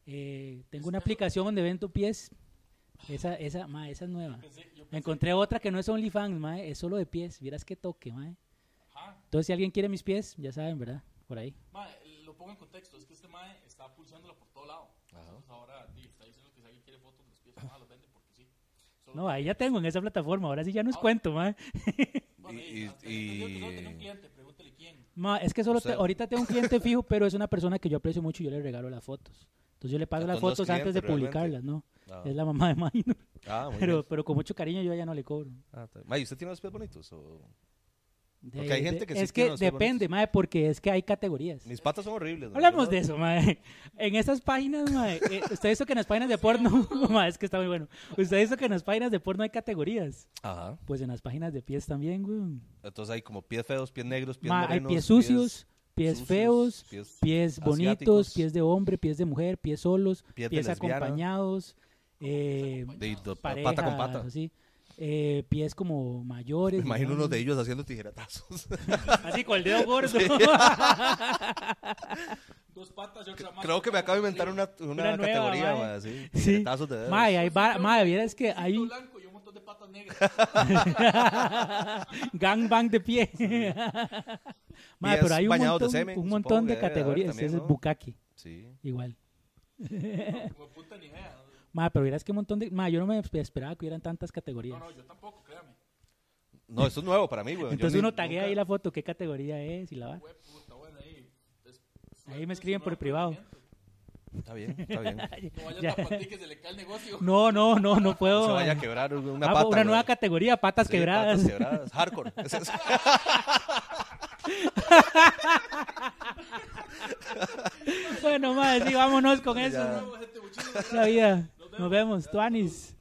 Eh, tengo una aplicación donde vendo pies. Esa esa, ma, esa es nueva. Pensé- yo Me pensé- encontré otra que no es OnlyFans, ma, es solo de pies, vieras que toque, ma. Ajá. Entonces si alguien quiere mis pies, ya saben, ¿verdad? Por ahí. Mae, lo pongo en contexto. Es que este mae está pulsándola por todo lado. Entonces ahora di, está diciendo que si alguien quiere fotos de los pies, ah, los vende porque sí. Solo- No, ahí ya tengo en esa plataforma. Ahora sí ya no es Ah. cuento, ma. Bueno, Y- ey, y- hasta- entendió que solo y- tenía un cliente, pregúntele quién. Ma, es que solo te- Usted- ahorita tengo un cliente fijo, pero es una persona que yo aprecio mucho y yo le regalo las fotos. Entonces yo le pago sea, las tú no es fotos antes de cliente realmente. publicarlas, ¿no? Ah, Es la mamá de Minor. ah, muy Pero, bien. pero con mucho cariño yo ya no le cobro. Ah, está bien. Mae, ¿usted tiene los pies bonitos? o? De- Porque hay de- gente que sí Es tiene que los pies depende, bonitos. mae, porque es que hay categorías. Mis patas son horribles. mae. Yo Hablamos no- de eso, mae. En esas páginas, mae. eh, usted hizo que en las páginas de porno, mae, es que está muy bueno. Usted hizo que en las páginas de porno hay categorías. Ajá. Pues en las páginas de pies también, güey. Entonces hay como pies feos, pies negros, pies Ma, hay morenos, pies sucios, pies, sucios, feos, pies pies, bonitos, asiáticos. pies de hombre, pies de mujer, pies solos, Pies pies, de lesbiana. acompañados, eh, de, de- parejas, pata con pata. así, eh, pies como mayores. Me imagino uno unos de ellos haciendo tijeratazos. Así con el dedo gordo. Dos patas y otra más. Creo que me acabo de inventar una, una, Una nueva, categoría, mae. mae, así. Sí. Tijeratazos de dedos. Mae, hay vara- mae, vieras que Un hay cinto un blanco y un montón de patas negras. gangbang de pie. Mae, Pies pero hay un bañados de montón, semen, un supongo montón que debe de de haber categorías. también, ese ¿no? es bucaque, Sí. igual. Como puta ni idea. Ma, pero vieras que un montón de. Ma, yo no me esperaba que hubieran tantas categorías. No, no, yo tampoco, créame. No, esto es nuevo para mí, güey. Yo Entonces ni- uno taguea nunca- ahí la foto, qué categoría es y la va. Fue puta, bueno, ahí. es- Ahí me escriben por privado. Está bien, está bien. No No vayas Ya. a ti que se le cae el negocio. No, no, no, no puedo. se vaya a ma. quebrar una Ah, pata. una nueva güey. categoría, patas Sí, quebradas. patas quebradas. Hardcore. Es eso. bueno, ma, sí, vámonos con Ya. eso. Ah. Bueno, gente, muchísimas gracias. La vida. Nos vemos. Nos vemos, Tuanis.